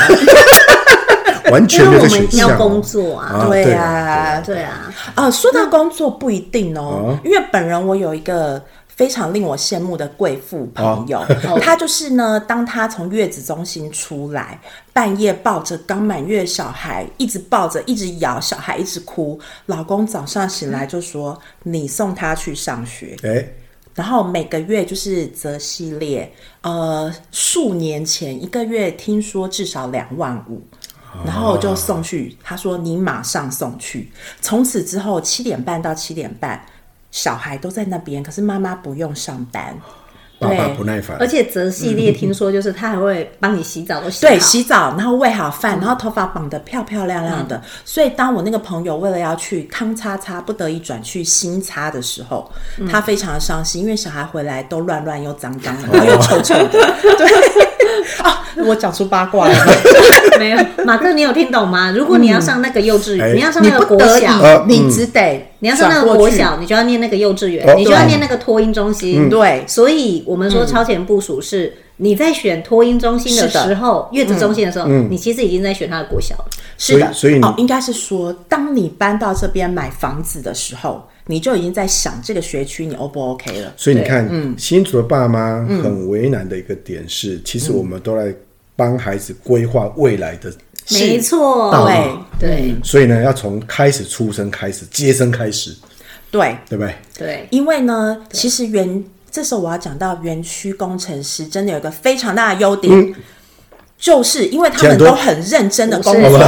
Speaker 2: 完全
Speaker 1: 因
Speaker 2: 没
Speaker 1: 为
Speaker 2: 有
Speaker 1: 我
Speaker 2: 这个
Speaker 1: 们
Speaker 2: 选
Speaker 1: 要
Speaker 2: 项
Speaker 1: 工
Speaker 2: 哦。
Speaker 1: 作啊，
Speaker 2: 啊嗯
Speaker 3: 对
Speaker 2: 对
Speaker 3: 啊，
Speaker 1: 对啊，
Speaker 3: 啊，说到工作不一定哦，因为本人我有一个。非常令我羡慕的贵妇朋友，
Speaker 2: 嗯哦
Speaker 3: 她就是呢，当她从月子中心出来，半夜抱着刚满月小孩，一直抱着，一直摇，小孩一直哭，老公早上醒来就说：“
Speaker 2: 嗯
Speaker 3: 你送她去上学。”
Speaker 2: 哎，
Speaker 3: 然后每个月就是择系列，呃，数年前一个月听说至少两万五，然后我就送去，他说你马上送去。从此之后七点半到七点半，小孩都在那边，可是妈妈不用上班，
Speaker 2: 爸爸
Speaker 3: 对
Speaker 2: 不耐烦
Speaker 1: 而，且泽系列听说就是他还会帮你洗澡都洗好
Speaker 3: 对，洗澡，然后喂好饭，然后头发绑得漂漂亮亮的。所以当我那个朋友为了要去康叉叉，不得已转去新叉的时候，他非常的伤心，因为小孩回来都乱乱又脏 脏的，然后又臭臭的。对， 啊，我讲出八 卦了。
Speaker 1: 没有？马克，你有听懂吗？如果你要上那个幼稚园，
Speaker 2: 哎
Speaker 1: 你要上
Speaker 3: 你
Speaker 1: 那个
Speaker 3: 不
Speaker 1: 国
Speaker 3: 得已
Speaker 1: 小，
Speaker 2: 呃，
Speaker 3: 啊你只得
Speaker 1: 你要上那
Speaker 3: 转
Speaker 1: 个
Speaker 3: 嗯过
Speaker 1: 国
Speaker 3: 去嗯
Speaker 1: 小，你就要念那个幼稚
Speaker 2: 哦
Speaker 1: 园，你就要念那个托婴中心。
Speaker 3: 对
Speaker 1: 所以我们说超前部署是你在选托婴中心的
Speaker 3: 是的嗯
Speaker 1: 时候，月子中心的时候，你其实已经在选他的国小了。
Speaker 3: 是
Speaker 2: 所以
Speaker 3: 的，
Speaker 2: 所以你
Speaker 3: 哦，应该是说，当你搬到这边买房子的时候，你就已经在想这个学区你 O 不 OK 了。
Speaker 2: 所以你看，
Speaker 1: 嗯
Speaker 2: 新竹的爸妈很为难的一个点是，其实我们都在帮孩子规划未来的，
Speaker 3: 是嗯
Speaker 1: 没错，
Speaker 2: 道理
Speaker 3: 对
Speaker 1: 对
Speaker 2: 所以呢，要从开始出生开始，接生开始，
Speaker 3: 对，
Speaker 2: 对不对？
Speaker 1: 对，
Speaker 3: 因为呢，其实园这时候我要讲到园区工程师真的有一个非常大的优点。
Speaker 2: 嗯
Speaker 3: 就是因为他们
Speaker 2: 钱多啊
Speaker 3: 都很认真的工
Speaker 1: 不
Speaker 3: 作，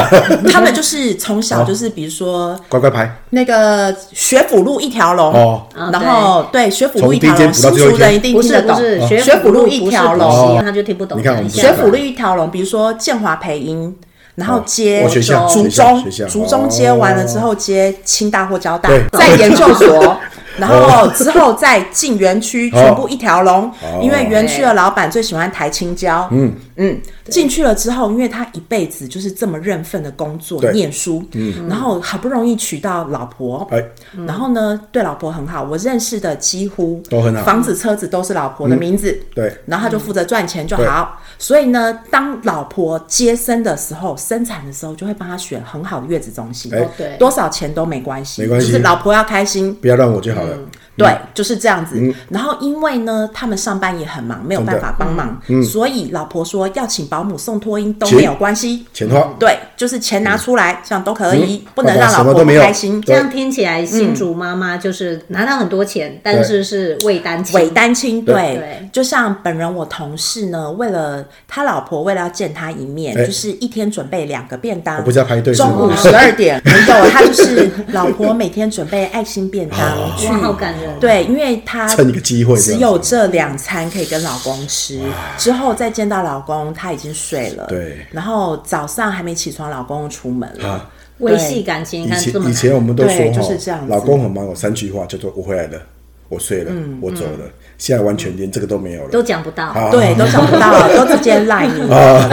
Speaker 3: 他们就是从小
Speaker 2: 哦
Speaker 3: 就是比如说
Speaker 2: 乖乖牌，
Speaker 3: 那个学府路一条龙，
Speaker 2: 哦
Speaker 3: 然后对学府路
Speaker 2: 从
Speaker 3: 一
Speaker 2: 第一
Speaker 3: 条龙，
Speaker 2: 间补到
Speaker 3: 新
Speaker 2: 最后一
Speaker 3: 竹人一
Speaker 2: 间
Speaker 3: 定
Speaker 1: 不
Speaker 3: 听
Speaker 1: 是
Speaker 3: 得
Speaker 1: 不
Speaker 3: 懂，哦
Speaker 1: 是
Speaker 3: 学
Speaker 1: 府
Speaker 3: 府路
Speaker 1: 路
Speaker 3: 一条
Speaker 1: 不是补
Speaker 3: 龙
Speaker 1: 习
Speaker 2: 哦，
Speaker 1: 他就听不懂。
Speaker 2: 你看我们
Speaker 1: 一
Speaker 2: 学
Speaker 1: 下
Speaker 3: 学
Speaker 2: 府
Speaker 3: 府路一条龙，比如说建华培英，然后接
Speaker 2: 哦学校
Speaker 3: 竹
Speaker 2: 学校
Speaker 3: 中
Speaker 2: 学校，
Speaker 3: 竹中接完了之后接清大或交大
Speaker 2: 对，
Speaker 3: 在研究所，然后之后再进园区，
Speaker 2: 哦
Speaker 3: 全部一条龙
Speaker 2: 哦，
Speaker 3: 因为园区的老板最喜欢台青椒。嗯嗯，进去了之后，因为他一辈子就是这么认份的工作
Speaker 2: 对，嗯
Speaker 3: 念书，然后好不容易娶到老婆，嗯
Speaker 2: 哎，
Speaker 3: 然后呢对老婆很好，我认识的几乎
Speaker 2: 都很好嗯
Speaker 3: 房子车子都是老婆的名字。
Speaker 2: 对，
Speaker 3: 然后他就负责赚钱
Speaker 2: 嗯
Speaker 3: 就好。所以呢，当老婆接生的时候，生产的时候就会帮他选很好的月子中心，哦
Speaker 2: 哎
Speaker 1: 对
Speaker 3: 多少钱都没关系，
Speaker 2: 没关系嗯
Speaker 3: 就是老婆要开心。
Speaker 2: 不要让我就好了。
Speaker 1: 嗯
Speaker 3: 对，就是这样子。然后因为呢，他们上班也很忙，没有办法帮忙，所以老婆说要请保姆送托婴都
Speaker 2: 行
Speaker 3: 没有关系。
Speaker 2: 嗯钱花，
Speaker 3: 对，就是钱拿出来，这样都可以，不能
Speaker 2: 爸爸嗯
Speaker 3: 让
Speaker 2: 什
Speaker 3: 老
Speaker 2: 么都
Speaker 3: 婆不
Speaker 2: 没有
Speaker 3: 开心。
Speaker 1: 这
Speaker 2: 对
Speaker 1: 嗯样听起来，新竹妈妈就是拿到很多钱，但是是未单亲，
Speaker 3: 伪单亲，对，
Speaker 1: 对
Speaker 3: 就像本人我同事呢，为了他老婆，为了要见他一面，
Speaker 2: 哎
Speaker 3: 就是一天准备两个便当，
Speaker 2: 我不是要排队是
Speaker 3: 中午
Speaker 2: 吗？
Speaker 3: 十 二点，没有，他就是老婆每天准备爱心 便当去
Speaker 1: 哇，，好感人。，
Speaker 3: 对，因为他
Speaker 2: 趁一个机会这
Speaker 3: 只
Speaker 2: 样子，
Speaker 3: 有这两餐可以跟老公吃，之后再见到老公，他已经睡了，
Speaker 2: 对
Speaker 3: 然后早上还没起床，老公就出门了
Speaker 2: 啊，
Speaker 1: 维系感情，嗯你
Speaker 2: 以
Speaker 1: 看这么
Speaker 2: 前以
Speaker 1: 难
Speaker 2: 前我们都说
Speaker 3: 对
Speaker 2: 哈，
Speaker 3: 就是这样子
Speaker 2: 老公很忙有三句话，叫做我回来了，我睡了，我走了。现在完全连这个都没有
Speaker 1: 嗯都
Speaker 2: 了。
Speaker 1: 讲不到，
Speaker 2: 啊
Speaker 3: 对，都找不到，都直接赖你，
Speaker 1: 哎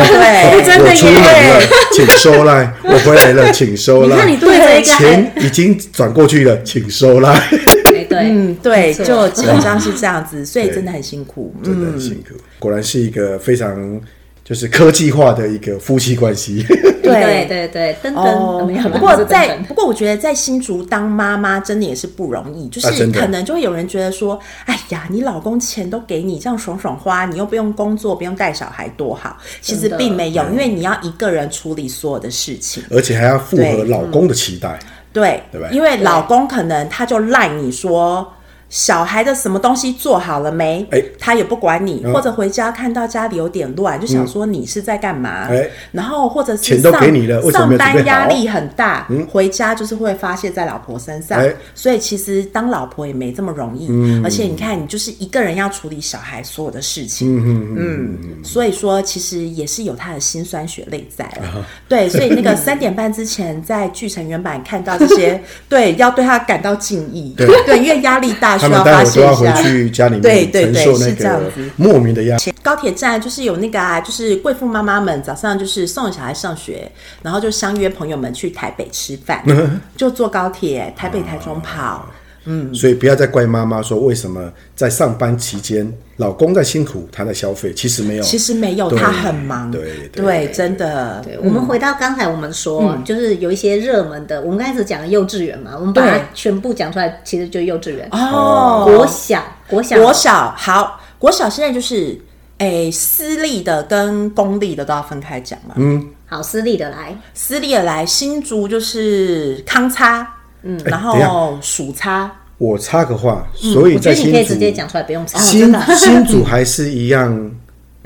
Speaker 3: 对，
Speaker 1: 真
Speaker 2: 我
Speaker 1: 的
Speaker 2: 出门了
Speaker 1: 耶！，
Speaker 2: 请收来。我回来了，请收
Speaker 1: 你
Speaker 2: 来。
Speaker 1: 看你对着一个还
Speaker 2: 钱已经转过去了，请收 来。
Speaker 1: 哎对，
Speaker 3: 嗯，对，
Speaker 1: 没错
Speaker 3: 就基本上是这样子，所以
Speaker 2: 对
Speaker 3: 真的很辛苦。嗯
Speaker 2: 真的很辛苦，果然是一个非常就是科技化的一个夫妻关系。
Speaker 1: 对哦对对，噔噔，没有啦
Speaker 3: 哦不过
Speaker 1: 不是
Speaker 3: 在
Speaker 1: 噔噔
Speaker 3: 不过我觉得在新竹当妈妈真的也是不容易，就
Speaker 2: 啊
Speaker 3: 是
Speaker 2: 真的
Speaker 3: 可能就会有人觉得说，哎呀，你老公钱都给你，这样爽爽花，你又不用工作，不用带小孩，多好。其实
Speaker 1: 真的
Speaker 3: 并没
Speaker 2: 嗯
Speaker 3: 有，因为你要一个人处理所有的事情。
Speaker 2: 而且还要符合
Speaker 3: 对
Speaker 2: 老公的期待。
Speaker 3: 对，
Speaker 2: 对吧
Speaker 3: 因为老公可能他就赖你说。小孩的什么东西做好了没？
Speaker 2: 哎
Speaker 3: 他也不管你，
Speaker 2: 嗯
Speaker 3: 或者回家看到家里有点乱，就想说你是在干嘛？
Speaker 2: 哎
Speaker 3: 然后或者是
Speaker 2: 钱都
Speaker 3: 上
Speaker 2: 给你了为什么没有准
Speaker 3: 上
Speaker 2: 备好嗯
Speaker 3: 班压力很大，回家就是会发泄在老婆身上。
Speaker 2: 哎嗯
Speaker 3: 所以其实当老婆也没这么容易，而且你看，你就是一个人要处理小孩所有的事情，
Speaker 2: 嗯嗯，
Speaker 3: 嗯，所以说其实也是有他的辛酸血泪在了。
Speaker 2: 啊
Speaker 3: 对，所以 那个三点半之前在剧城原版看到这些，对，要对他感到敬意，
Speaker 2: 对
Speaker 3: 因为压力大需
Speaker 2: 他们
Speaker 3: 要
Speaker 2: 待
Speaker 3: 发
Speaker 2: 会都
Speaker 3: 泄
Speaker 2: 要
Speaker 3: 一
Speaker 2: 回
Speaker 3: 下。
Speaker 2: 去家里
Speaker 3: 啊对
Speaker 2: 面
Speaker 3: 对
Speaker 2: 承
Speaker 3: 对
Speaker 2: 受那
Speaker 3: 是这样
Speaker 2: 个
Speaker 3: 子
Speaker 2: 莫名的压力。
Speaker 3: 高铁站就是有那个啊，就是贵妇妈妈们早上就是送小孩上学，然后就相约朋友们去台北吃 饭，就坐高铁台北台中
Speaker 2: 哦
Speaker 3: 跑。嗯
Speaker 2: 所以不要再怪妈妈说为什么在上班期间老公在辛苦，她在消费，其实没有。
Speaker 3: 其实没有，
Speaker 2: 对
Speaker 3: 她很忙，
Speaker 2: 对对
Speaker 3: 对，真的，嗯
Speaker 1: 对，我们回到刚才我们说，就是有一些热门的，我们刚开始讲的幼稚园嘛，我们把它
Speaker 3: 对
Speaker 1: 全部讲出来，其实就幼稚园、
Speaker 3: 哦，
Speaker 1: 国小、国小、
Speaker 3: 国小好，国小现在就是，诶，私立的跟公立的都要分开讲嘛。
Speaker 2: 嗯
Speaker 1: 好私立的来，
Speaker 3: 私立的来新竹就是康差，嗯，然
Speaker 2: 哎等一下
Speaker 3: 后数差，
Speaker 2: 我插个话，
Speaker 3: 嗯
Speaker 2: 所以
Speaker 1: 我觉
Speaker 2: 在
Speaker 1: 得你
Speaker 2: 新
Speaker 1: 可以
Speaker 2: 竹
Speaker 1: 直接讲出来，不用
Speaker 3: 哦
Speaker 1: 猜。
Speaker 2: 新 新竹还是一样，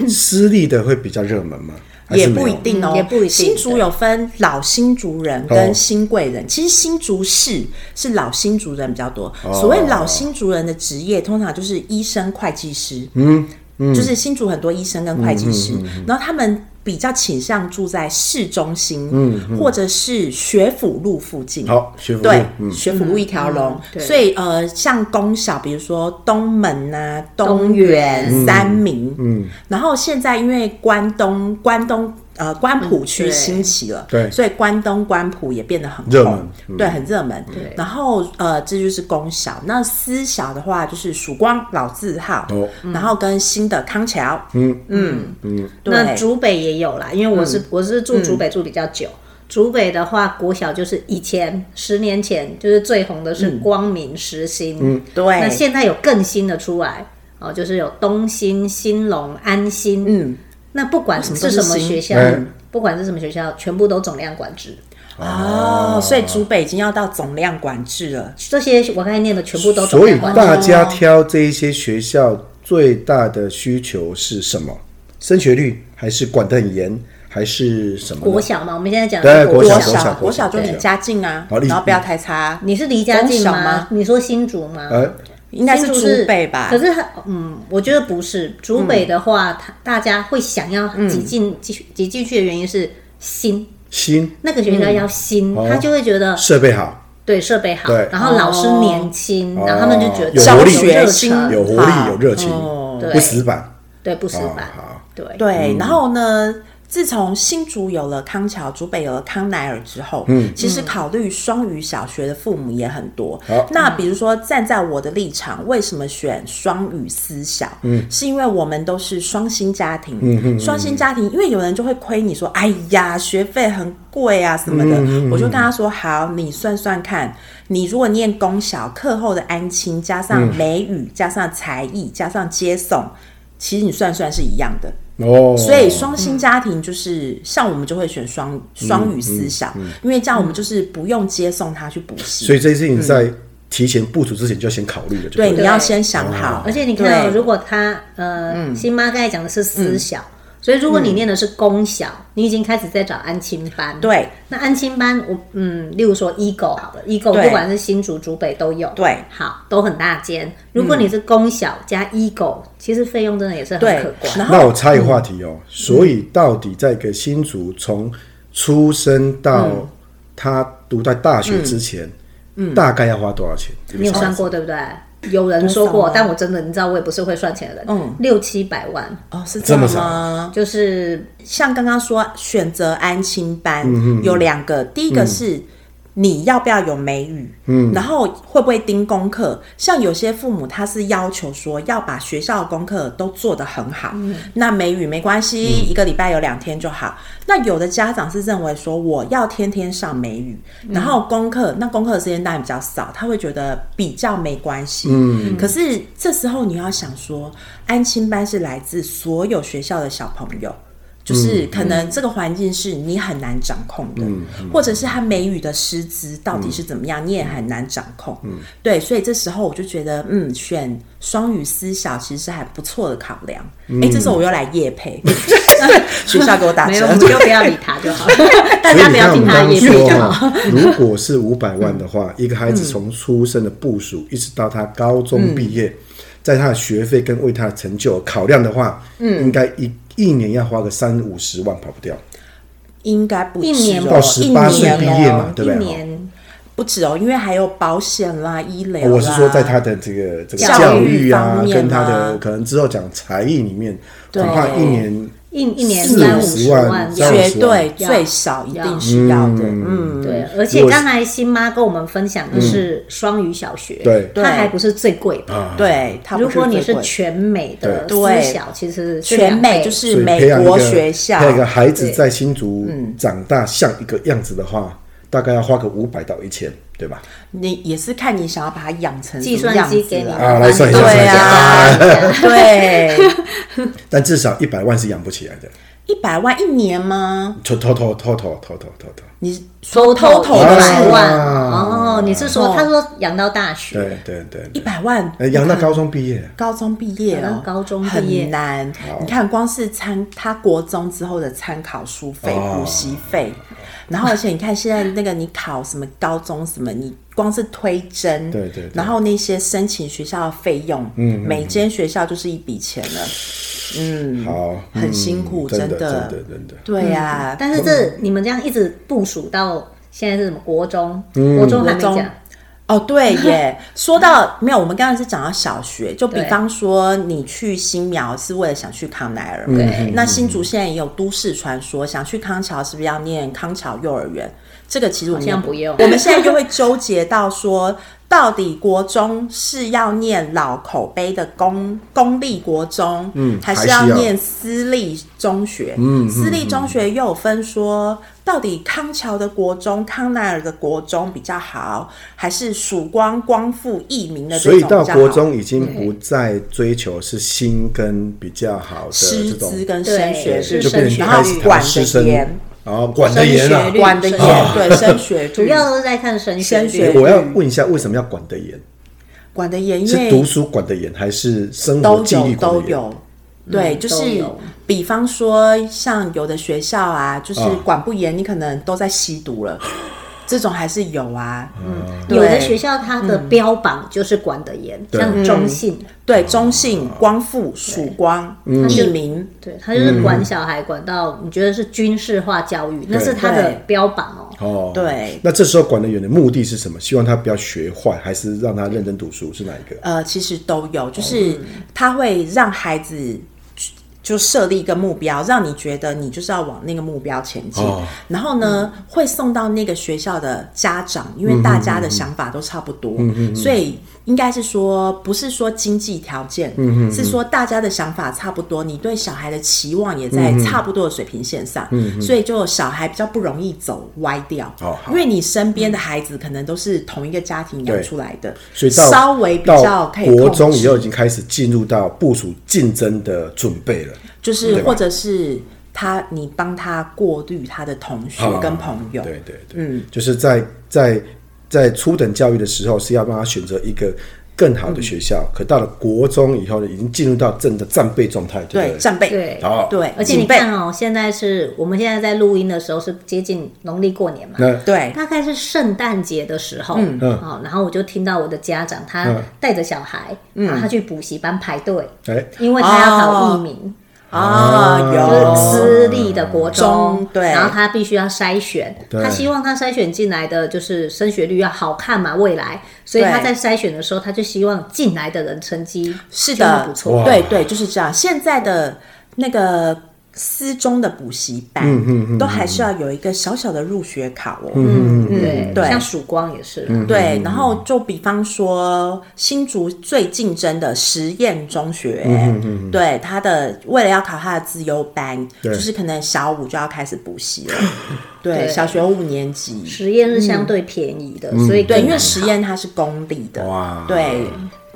Speaker 2: 私立的会比较热门吗？还
Speaker 3: 也
Speaker 2: 是没
Speaker 3: 不一
Speaker 2: 有？哦
Speaker 3: 定哦，
Speaker 1: 嗯也不一定
Speaker 3: 新竹有分老新竹人跟新贵人，其实新竹市是老新竹人比较多。
Speaker 2: 哦
Speaker 3: 所谓老新竹人的职业，通常就是医生、会计师。嗯。就是新竹很多医生跟会计师，
Speaker 2: 嗯
Speaker 3: 然后他们比较倾向住在市中心，
Speaker 2: 嗯
Speaker 3: 或者是学府路附近。
Speaker 2: 好，学府路
Speaker 3: 对，
Speaker 2: 嗯，
Speaker 3: 学府路一条龙，
Speaker 1: 嗯对
Speaker 3: 所以呃，像公小，比如说东门啊、
Speaker 1: 东
Speaker 3: 东
Speaker 1: 园
Speaker 3: 园、三明，嗯，然后现在因为关东、关东呃关埔
Speaker 1: 嗯
Speaker 3: 区
Speaker 1: 对
Speaker 3: 兴起了，
Speaker 2: 对
Speaker 3: 所以关东、关埔也变得很
Speaker 2: 热
Speaker 3: 红
Speaker 2: 门嗯
Speaker 3: 对，很热门。
Speaker 1: 对
Speaker 3: 然后呃，这就是公小，那私小的话就是曙光、老字号，
Speaker 2: 哦
Speaker 1: 嗯
Speaker 3: 然后跟新的康桥，嗯嗯嗯，
Speaker 1: 那
Speaker 3: 对，
Speaker 1: 竹北也有啦，因为我是、我是住竹北住比较久。竹北的话，国小就是以前十年前就是最红的是光明实心，
Speaker 3: 对
Speaker 1: 那现在有更新的出来哦，就是有东兴、兴隆、安兴，
Speaker 3: 嗯，
Speaker 1: 那不管是
Speaker 3: 什么
Speaker 1: 什
Speaker 3: 都是
Speaker 1: 么学校
Speaker 2: 新嗯，
Speaker 1: 不管是什么学校，全部都总量管制。
Speaker 2: 啊
Speaker 3: 哦，所以竹北已经要到总量管制了。
Speaker 1: 这些我刚才念的全部都总
Speaker 2: 所以
Speaker 1: 量管制。
Speaker 3: 哦
Speaker 2: 大家挑这一些学校最大的需求是什么？升学率还是管得很严，还是什么呢？
Speaker 1: 国小嘛，我们现在讲
Speaker 2: 对
Speaker 1: 的是
Speaker 2: 国
Speaker 1: 小
Speaker 2: 小
Speaker 3: 国
Speaker 2: 国小
Speaker 3: 小国小就离
Speaker 2: 国小
Speaker 3: 家近啊，
Speaker 2: 好离
Speaker 3: 然后不要太差。
Speaker 1: 你是离家近
Speaker 3: 中小
Speaker 1: 吗
Speaker 3: 吗？
Speaker 1: 你说新竹吗？
Speaker 2: 呃，
Speaker 3: 应该是
Speaker 1: 新
Speaker 3: 竹北吧
Speaker 1: 可？是它嗯，我觉得不是竹北的话，它大家会想要挤
Speaker 3: 嗯
Speaker 1: 进挤挤进去的原因是新
Speaker 2: 新
Speaker 3: 嗯
Speaker 1: 那个学校要新，
Speaker 2: 哦
Speaker 1: 他就会觉得
Speaker 2: 设备好，
Speaker 1: 对设备好
Speaker 2: 对，哦
Speaker 1: 然后老师年轻，然后他们就觉得
Speaker 2: 有
Speaker 3: 活力
Speaker 1: 热情，
Speaker 2: 有活
Speaker 3: 好
Speaker 2: 力，有热情，
Speaker 3: 哦
Speaker 1: 对
Speaker 2: 不死板。
Speaker 1: 对不死
Speaker 2: 哦
Speaker 1: 板
Speaker 2: 好，
Speaker 1: 对
Speaker 3: 对，然后呢，自从新竹有了康桥，竹北有了康乃尔之后，嗯，其实考虑双语小学的父母也很多。
Speaker 2: 好
Speaker 3: 那比如说，站在我的立场，为什么选双语私小？嗯，是因为我们都是双薪家庭，嗯双薪家庭，因为有人就会亏你说，哎呀，学费很贵啊什么的，我就跟他说，好，你算算看，你如果念公小，课后的安亲加上美语，加上才艺，加上接送。其实你算算是一样的，
Speaker 2: 哦，
Speaker 3: 所以双薪家庭就是、像我们就会选双双语思想、因为这样我们就是不用接送他去补习。
Speaker 2: 所以这件事
Speaker 3: 嗯
Speaker 2: 情在提前部署之前就要先考虑了，就
Speaker 3: 对，
Speaker 2: 了
Speaker 3: 你要先想好，
Speaker 1: 而且你看哦，
Speaker 3: 对嗯
Speaker 1: 如果他呃，新妈刚才讲的是私小，所以如果你念的是公小，你已经开始在找安亲班。，
Speaker 3: 嗯对
Speaker 1: 那安亲班，我嗯，例如说 Ego 好了，Ego
Speaker 3: 对
Speaker 1: 不管是新竹、竹北都有，
Speaker 3: 对，嗯
Speaker 1: 好，都很大间。如果你是公小加 Ego，其实费用真的也是很
Speaker 3: 对
Speaker 1: 可观，。
Speaker 3: 然
Speaker 2: 那
Speaker 3: 后
Speaker 2: 我插一个话题
Speaker 1: 嗯
Speaker 2: 哦，所以到底在一个新竹从出生到他读在大学之前，大概要花多少钱？
Speaker 1: 嗯你有算过对不对？有人说
Speaker 3: 多少
Speaker 1: 过
Speaker 3: 啊，
Speaker 1: 但我真的你知道，我也不是会算钱的人，
Speaker 3: 嗯
Speaker 1: 六七百万，
Speaker 3: 哦是
Speaker 2: 这么
Speaker 3: 样吗？
Speaker 1: 就是
Speaker 3: 像刚刚说选择安亲班、有两个，第一个是。你要不要有美语？嗯，然后会不会盯功课？像有些父母他是要求说要把学校的功课都做得很好，那美语没关系，一个礼拜有两天就好。那有的家长是认为说我要天天上美语，然后功课那功课的时间当然比较少，他会觉得比较没关系。嗯，可是这时候你要想说，安亲班是来自所有学校的小朋友。
Speaker 2: 嗯
Speaker 3: 就是可能这个环境是你很难掌控的，或者是他美语的师资到底是怎么
Speaker 2: 嗯
Speaker 3: 样，你也很难掌控。对，所以这时候我就觉得，嗯，选双语私小其实是还不错的考量。哎、
Speaker 2: 嗯
Speaker 3: 这时候我又来夜 配，学校给我打
Speaker 1: 没
Speaker 3: 折
Speaker 1: 有，，你 就不要理他就好， 大
Speaker 2: 所以
Speaker 1: 家不嗯
Speaker 2: 你看
Speaker 1: 要
Speaker 2: 我
Speaker 1: 听
Speaker 2: 们
Speaker 1: 他的
Speaker 2: 刚刚
Speaker 1: 也配
Speaker 2: 说
Speaker 1: 就好。
Speaker 2: 哈，如果是五百万的话，一个孩子从出生的部署一直到他高中毕业，
Speaker 1: 嗯
Speaker 2: 在他的学费跟为他的成就考量的话，嗯，应该一一年要花个三五十万，跑不掉。
Speaker 3: 应该不止、哦、
Speaker 1: 一年吧
Speaker 2: 到十八岁
Speaker 3: 一
Speaker 2: 毕
Speaker 3: 年哦
Speaker 2: 业嘛，对不
Speaker 1: 一
Speaker 2: 对？
Speaker 1: 年
Speaker 3: 不止哦，因为还有保险啦、医疗啦。
Speaker 2: 哦我是说，在他的这个这个
Speaker 3: 教
Speaker 2: 教
Speaker 3: 育
Speaker 2: 育啊
Speaker 3: 方，面
Speaker 2: 跟他的
Speaker 3: 啊
Speaker 2: 可能之后讲才艺里面，
Speaker 3: 对
Speaker 2: 恐怕一年
Speaker 1: 一一年
Speaker 2: 四
Speaker 1: 三五
Speaker 2: 五十
Speaker 1: 十
Speaker 2: 万
Speaker 1: 万
Speaker 2: 三五
Speaker 1: 要
Speaker 2: 十
Speaker 3: 绝对
Speaker 1: 要
Speaker 3: 最少一定是要的，嗯，
Speaker 1: 对，而且刚才新妈跟我们分享的是双语小学，
Speaker 2: 嗯对
Speaker 1: 它还不是最贵的。
Speaker 2: 啊，
Speaker 3: 对。它不
Speaker 1: 如果你
Speaker 3: 最
Speaker 1: 是
Speaker 3: 贵
Speaker 1: 全美的
Speaker 3: 对
Speaker 1: 私小，其实是
Speaker 3: 全
Speaker 1: 两
Speaker 3: 美
Speaker 1: 倍
Speaker 3: 就是
Speaker 2: 所以培
Speaker 3: 美
Speaker 2: 养一
Speaker 3: 国
Speaker 2: 个
Speaker 3: 学校，嗯
Speaker 2: 培养一个孩子在新竹长大像一个样子的话，大概要花个五百到一千，对吧？
Speaker 3: 你也是看你想要把它养成
Speaker 1: 计
Speaker 3: 什么
Speaker 1: 算
Speaker 3: 样
Speaker 1: 机
Speaker 3: 子
Speaker 1: 给你
Speaker 3: 啦。
Speaker 2: 啊来算一下
Speaker 1: 帮你
Speaker 3: 对啊
Speaker 1: 算一下
Speaker 3: 对，
Speaker 2: 但至少一百万是养不起来的，
Speaker 3: 一百万一年吗？
Speaker 2: 偷偷偷偷偷偷偷偷偷，
Speaker 3: 你
Speaker 1: 偷
Speaker 3: 偷偷
Speaker 1: 一
Speaker 3: 的
Speaker 1: 百
Speaker 3: 是
Speaker 1: 万
Speaker 2: 啊
Speaker 1: 哦，你是
Speaker 3: 哦
Speaker 1: 说他说养到大学，
Speaker 2: 对对对
Speaker 3: 一
Speaker 2: 对，
Speaker 3: 百万
Speaker 2: 呃养到高中毕业，
Speaker 3: 高中毕业
Speaker 1: 等
Speaker 3: 哦
Speaker 1: 到，高中毕业
Speaker 3: 很难。你看，光是参他国中之后的参考书费、
Speaker 2: 哦
Speaker 3: 补习费，然后而且你看现在那个你考什么高中什么，你光是推甄，
Speaker 2: 对对对
Speaker 3: 然后那些申请学校的费用，嗯，每间学校就是一笔钱了，
Speaker 1: 嗯
Speaker 2: 好，
Speaker 3: 很
Speaker 2: 嗯
Speaker 3: 辛苦
Speaker 2: 真
Speaker 3: 真
Speaker 2: 真
Speaker 3: 的
Speaker 2: 的真的。
Speaker 3: 对呀。
Speaker 1: 但是这你们这样一直部署到现在是什么国中，国中还没
Speaker 3: 国中
Speaker 1: 讲，
Speaker 3: 哦，对耶！说到没有，我们刚才是讲到小学，就比
Speaker 1: 对
Speaker 3: 方说你去新苗是为了想去康奈尔，
Speaker 1: 对
Speaker 3: 那新竹现在也有都市传说，想去康桥是不是要念康桥幼儿园？这个其实我们
Speaker 1: 好像
Speaker 3: 也
Speaker 1: 不用
Speaker 3: 我们现在就会纠结到说，到底国中是要念老口碑的公公立国中，嗯还是
Speaker 2: 还
Speaker 3: 要
Speaker 2: 是要
Speaker 3: 念私立中学？嗯，私立中学又有分说，到底康桥的国中、康奈尔的国中比较好，还是曙光光复益民的
Speaker 2: 所
Speaker 3: 这种
Speaker 2: 以
Speaker 3: 比较
Speaker 2: 到
Speaker 3: 好？
Speaker 2: 国中已经不再追求是新跟比较好的
Speaker 3: 师
Speaker 2: 这种，
Speaker 3: 资跟升学
Speaker 1: 对
Speaker 3: 率，
Speaker 2: 就
Speaker 1: 升
Speaker 2: 变
Speaker 1: 学
Speaker 2: 成
Speaker 3: 然
Speaker 2: 开
Speaker 3: 后
Speaker 2: 始
Speaker 3: 管
Speaker 2: 谈师
Speaker 3: 的严
Speaker 2: 生。，然后管得严
Speaker 1: 升
Speaker 2: 啊
Speaker 1: 学。率
Speaker 3: 管的严，
Speaker 1: 啊
Speaker 3: 对 升学
Speaker 1: 主
Speaker 3: 主
Speaker 1: 要都是在看升学
Speaker 3: 升学
Speaker 1: 率。
Speaker 3: 率
Speaker 2: 我要问一下，为什么要管得严？
Speaker 3: 管的严，因
Speaker 2: 是读
Speaker 3: 为
Speaker 2: 书管得严，还是生活
Speaker 3: 都
Speaker 2: 纪
Speaker 3: 有
Speaker 2: 律管
Speaker 3: 都
Speaker 2: 得严？嗯
Speaker 3: 有。对，就
Speaker 1: 嗯都
Speaker 3: 是
Speaker 1: 有
Speaker 3: 比方说，像有的学校啊，就是
Speaker 2: 啊
Speaker 3: 管不严，你可能都在吸毒了。这种还是有啊。
Speaker 2: 嗯
Speaker 3: 对
Speaker 1: 有的学校它的标榜就是管得严，像中信，
Speaker 3: 对，中信、光复、曙光、艺民，
Speaker 1: 对，它就是管小孩管到你觉得是军事化教育，那是它的
Speaker 3: 对
Speaker 1: 标榜哦。
Speaker 2: 哦，
Speaker 3: 对
Speaker 2: 那这时候管得远的目的是什么？希望他不要学坏，还是让他认真读书？是哪一个？
Speaker 3: 呃，其实都
Speaker 2: 哦
Speaker 3: 有，就是它会让孩子。就设立一个目标，让你觉得你就是要往那个目标前进。
Speaker 2: 哦
Speaker 3: 然后呢，会送到那个学校的家长，因为大家的想法都差不多，
Speaker 2: 嗯
Speaker 3: 所以应该是说，不是说经济条件，
Speaker 2: 嗯
Speaker 3: 是说大家的想法差不多，你对小孩的期望也
Speaker 2: 嗯
Speaker 3: 在差不多的水平线上，所以就小孩比较不容易走歪掉。
Speaker 2: 哦好
Speaker 3: 因为你身边的孩子可能都是同一个家庭养
Speaker 2: 对
Speaker 3: 出来的，
Speaker 2: 所以到
Speaker 3: 稍微比较
Speaker 2: 到
Speaker 3: 可以
Speaker 2: 国
Speaker 3: 控
Speaker 2: 中以
Speaker 3: 制
Speaker 2: 后已经开始进入到部署竞争的准备了。
Speaker 3: 就是
Speaker 2: 对吧
Speaker 3: 或者是他你帮他过滤他的同学
Speaker 2: 啊
Speaker 3: 跟朋友，
Speaker 2: 对对对，嗯，就是在在在初等教育的时候是要帮他选择一个更好的学
Speaker 3: 嗯
Speaker 2: 校，可到了国中以后呢，已经进入到正的战备状态，对
Speaker 3: 对
Speaker 2: 不对？
Speaker 3: 战备，
Speaker 1: 对
Speaker 2: 好，
Speaker 3: 对
Speaker 1: 而且你
Speaker 3: 警备
Speaker 1: 看哦，现在是我们现在在录音的时候是接近农历过年嘛，
Speaker 2: 那
Speaker 3: 对
Speaker 1: 大概是圣诞节的时候，嗯
Speaker 2: 嗯
Speaker 1: 哦，然后我就听到我的家长他
Speaker 2: 嗯
Speaker 1: 带着小孩，
Speaker 3: 嗯
Speaker 1: 然后他去补习班排队，
Speaker 2: 哎，
Speaker 1: 因为他要考艺名，
Speaker 3: 啊，
Speaker 1: 就是
Speaker 3: 有
Speaker 1: 私立的国中
Speaker 3: 哦中，对
Speaker 1: 然后他必须要筛选，
Speaker 2: 对
Speaker 1: 他希望他筛选进来的就是升学率要好看嘛，未来，所以
Speaker 3: 对
Speaker 1: 他在筛选的时候，他就希望进来的人成绩
Speaker 3: 是
Speaker 1: 真的
Speaker 3: 的，
Speaker 1: 不错，
Speaker 3: 对对，就是这样。现在的那个私中的补习
Speaker 2: 嗯
Speaker 3: 班，都还是要有一个小小的入学考哦，嗯
Speaker 1: 对
Speaker 3: 对
Speaker 1: 像曙光也是，
Speaker 2: 嗯
Speaker 3: 对，然后就比方说新竹最竞争的实验中学，
Speaker 2: 嗯
Speaker 3: 对他的为了要考他的资优班，
Speaker 2: 对
Speaker 3: 就是可能小五就要开始 补习了，
Speaker 1: 对
Speaker 3: 对，小学五年级，
Speaker 1: 实验是相对便宜
Speaker 2: 嗯
Speaker 1: 的，所以
Speaker 3: 对，因
Speaker 1: 更
Speaker 3: 为
Speaker 1: 难
Speaker 3: 实验它是公立的，
Speaker 2: 哇
Speaker 3: 对。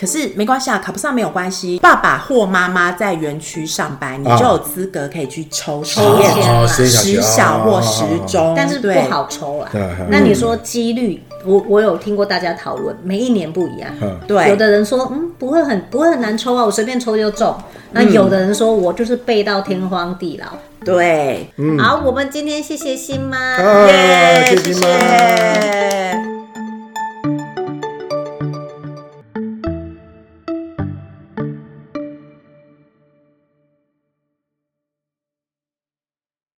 Speaker 3: 可是没关系啊，考不上没有关系。爸爸或妈妈在园区上班，你
Speaker 2: 啊
Speaker 3: 就有资格可以去抽实
Speaker 1: 抽
Speaker 3: 验
Speaker 1: 签啊
Speaker 2: 实验
Speaker 3: 实
Speaker 2: 学
Speaker 3: 小或实，
Speaker 2: 哦哦哦哦
Speaker 3: 中，
Speaker 1: 但是
Speaker 3: 对
Speaker 1: 不好抽啦
Speaker 2: 对嗯。
Speaker 1: 那你说几率，我我有听过大家讨论，每一年不一样
Speaker 2: 嗯。
Speaker 3: 对
Speaker 1: 有的人说，嗯，不会很不会很难抽啊，我随便抽就中。那有的人说我就是背到天荒地老。
Speaker 3: 对，
Speaker 1: 好，我们今天谢谢新妈。
Speaker 2: 啊
Speaker 3: 耶
Speaker 2: 谢谢
Speaker 3: 谢
Speaker 2: 妈
Speaker 3: 谢。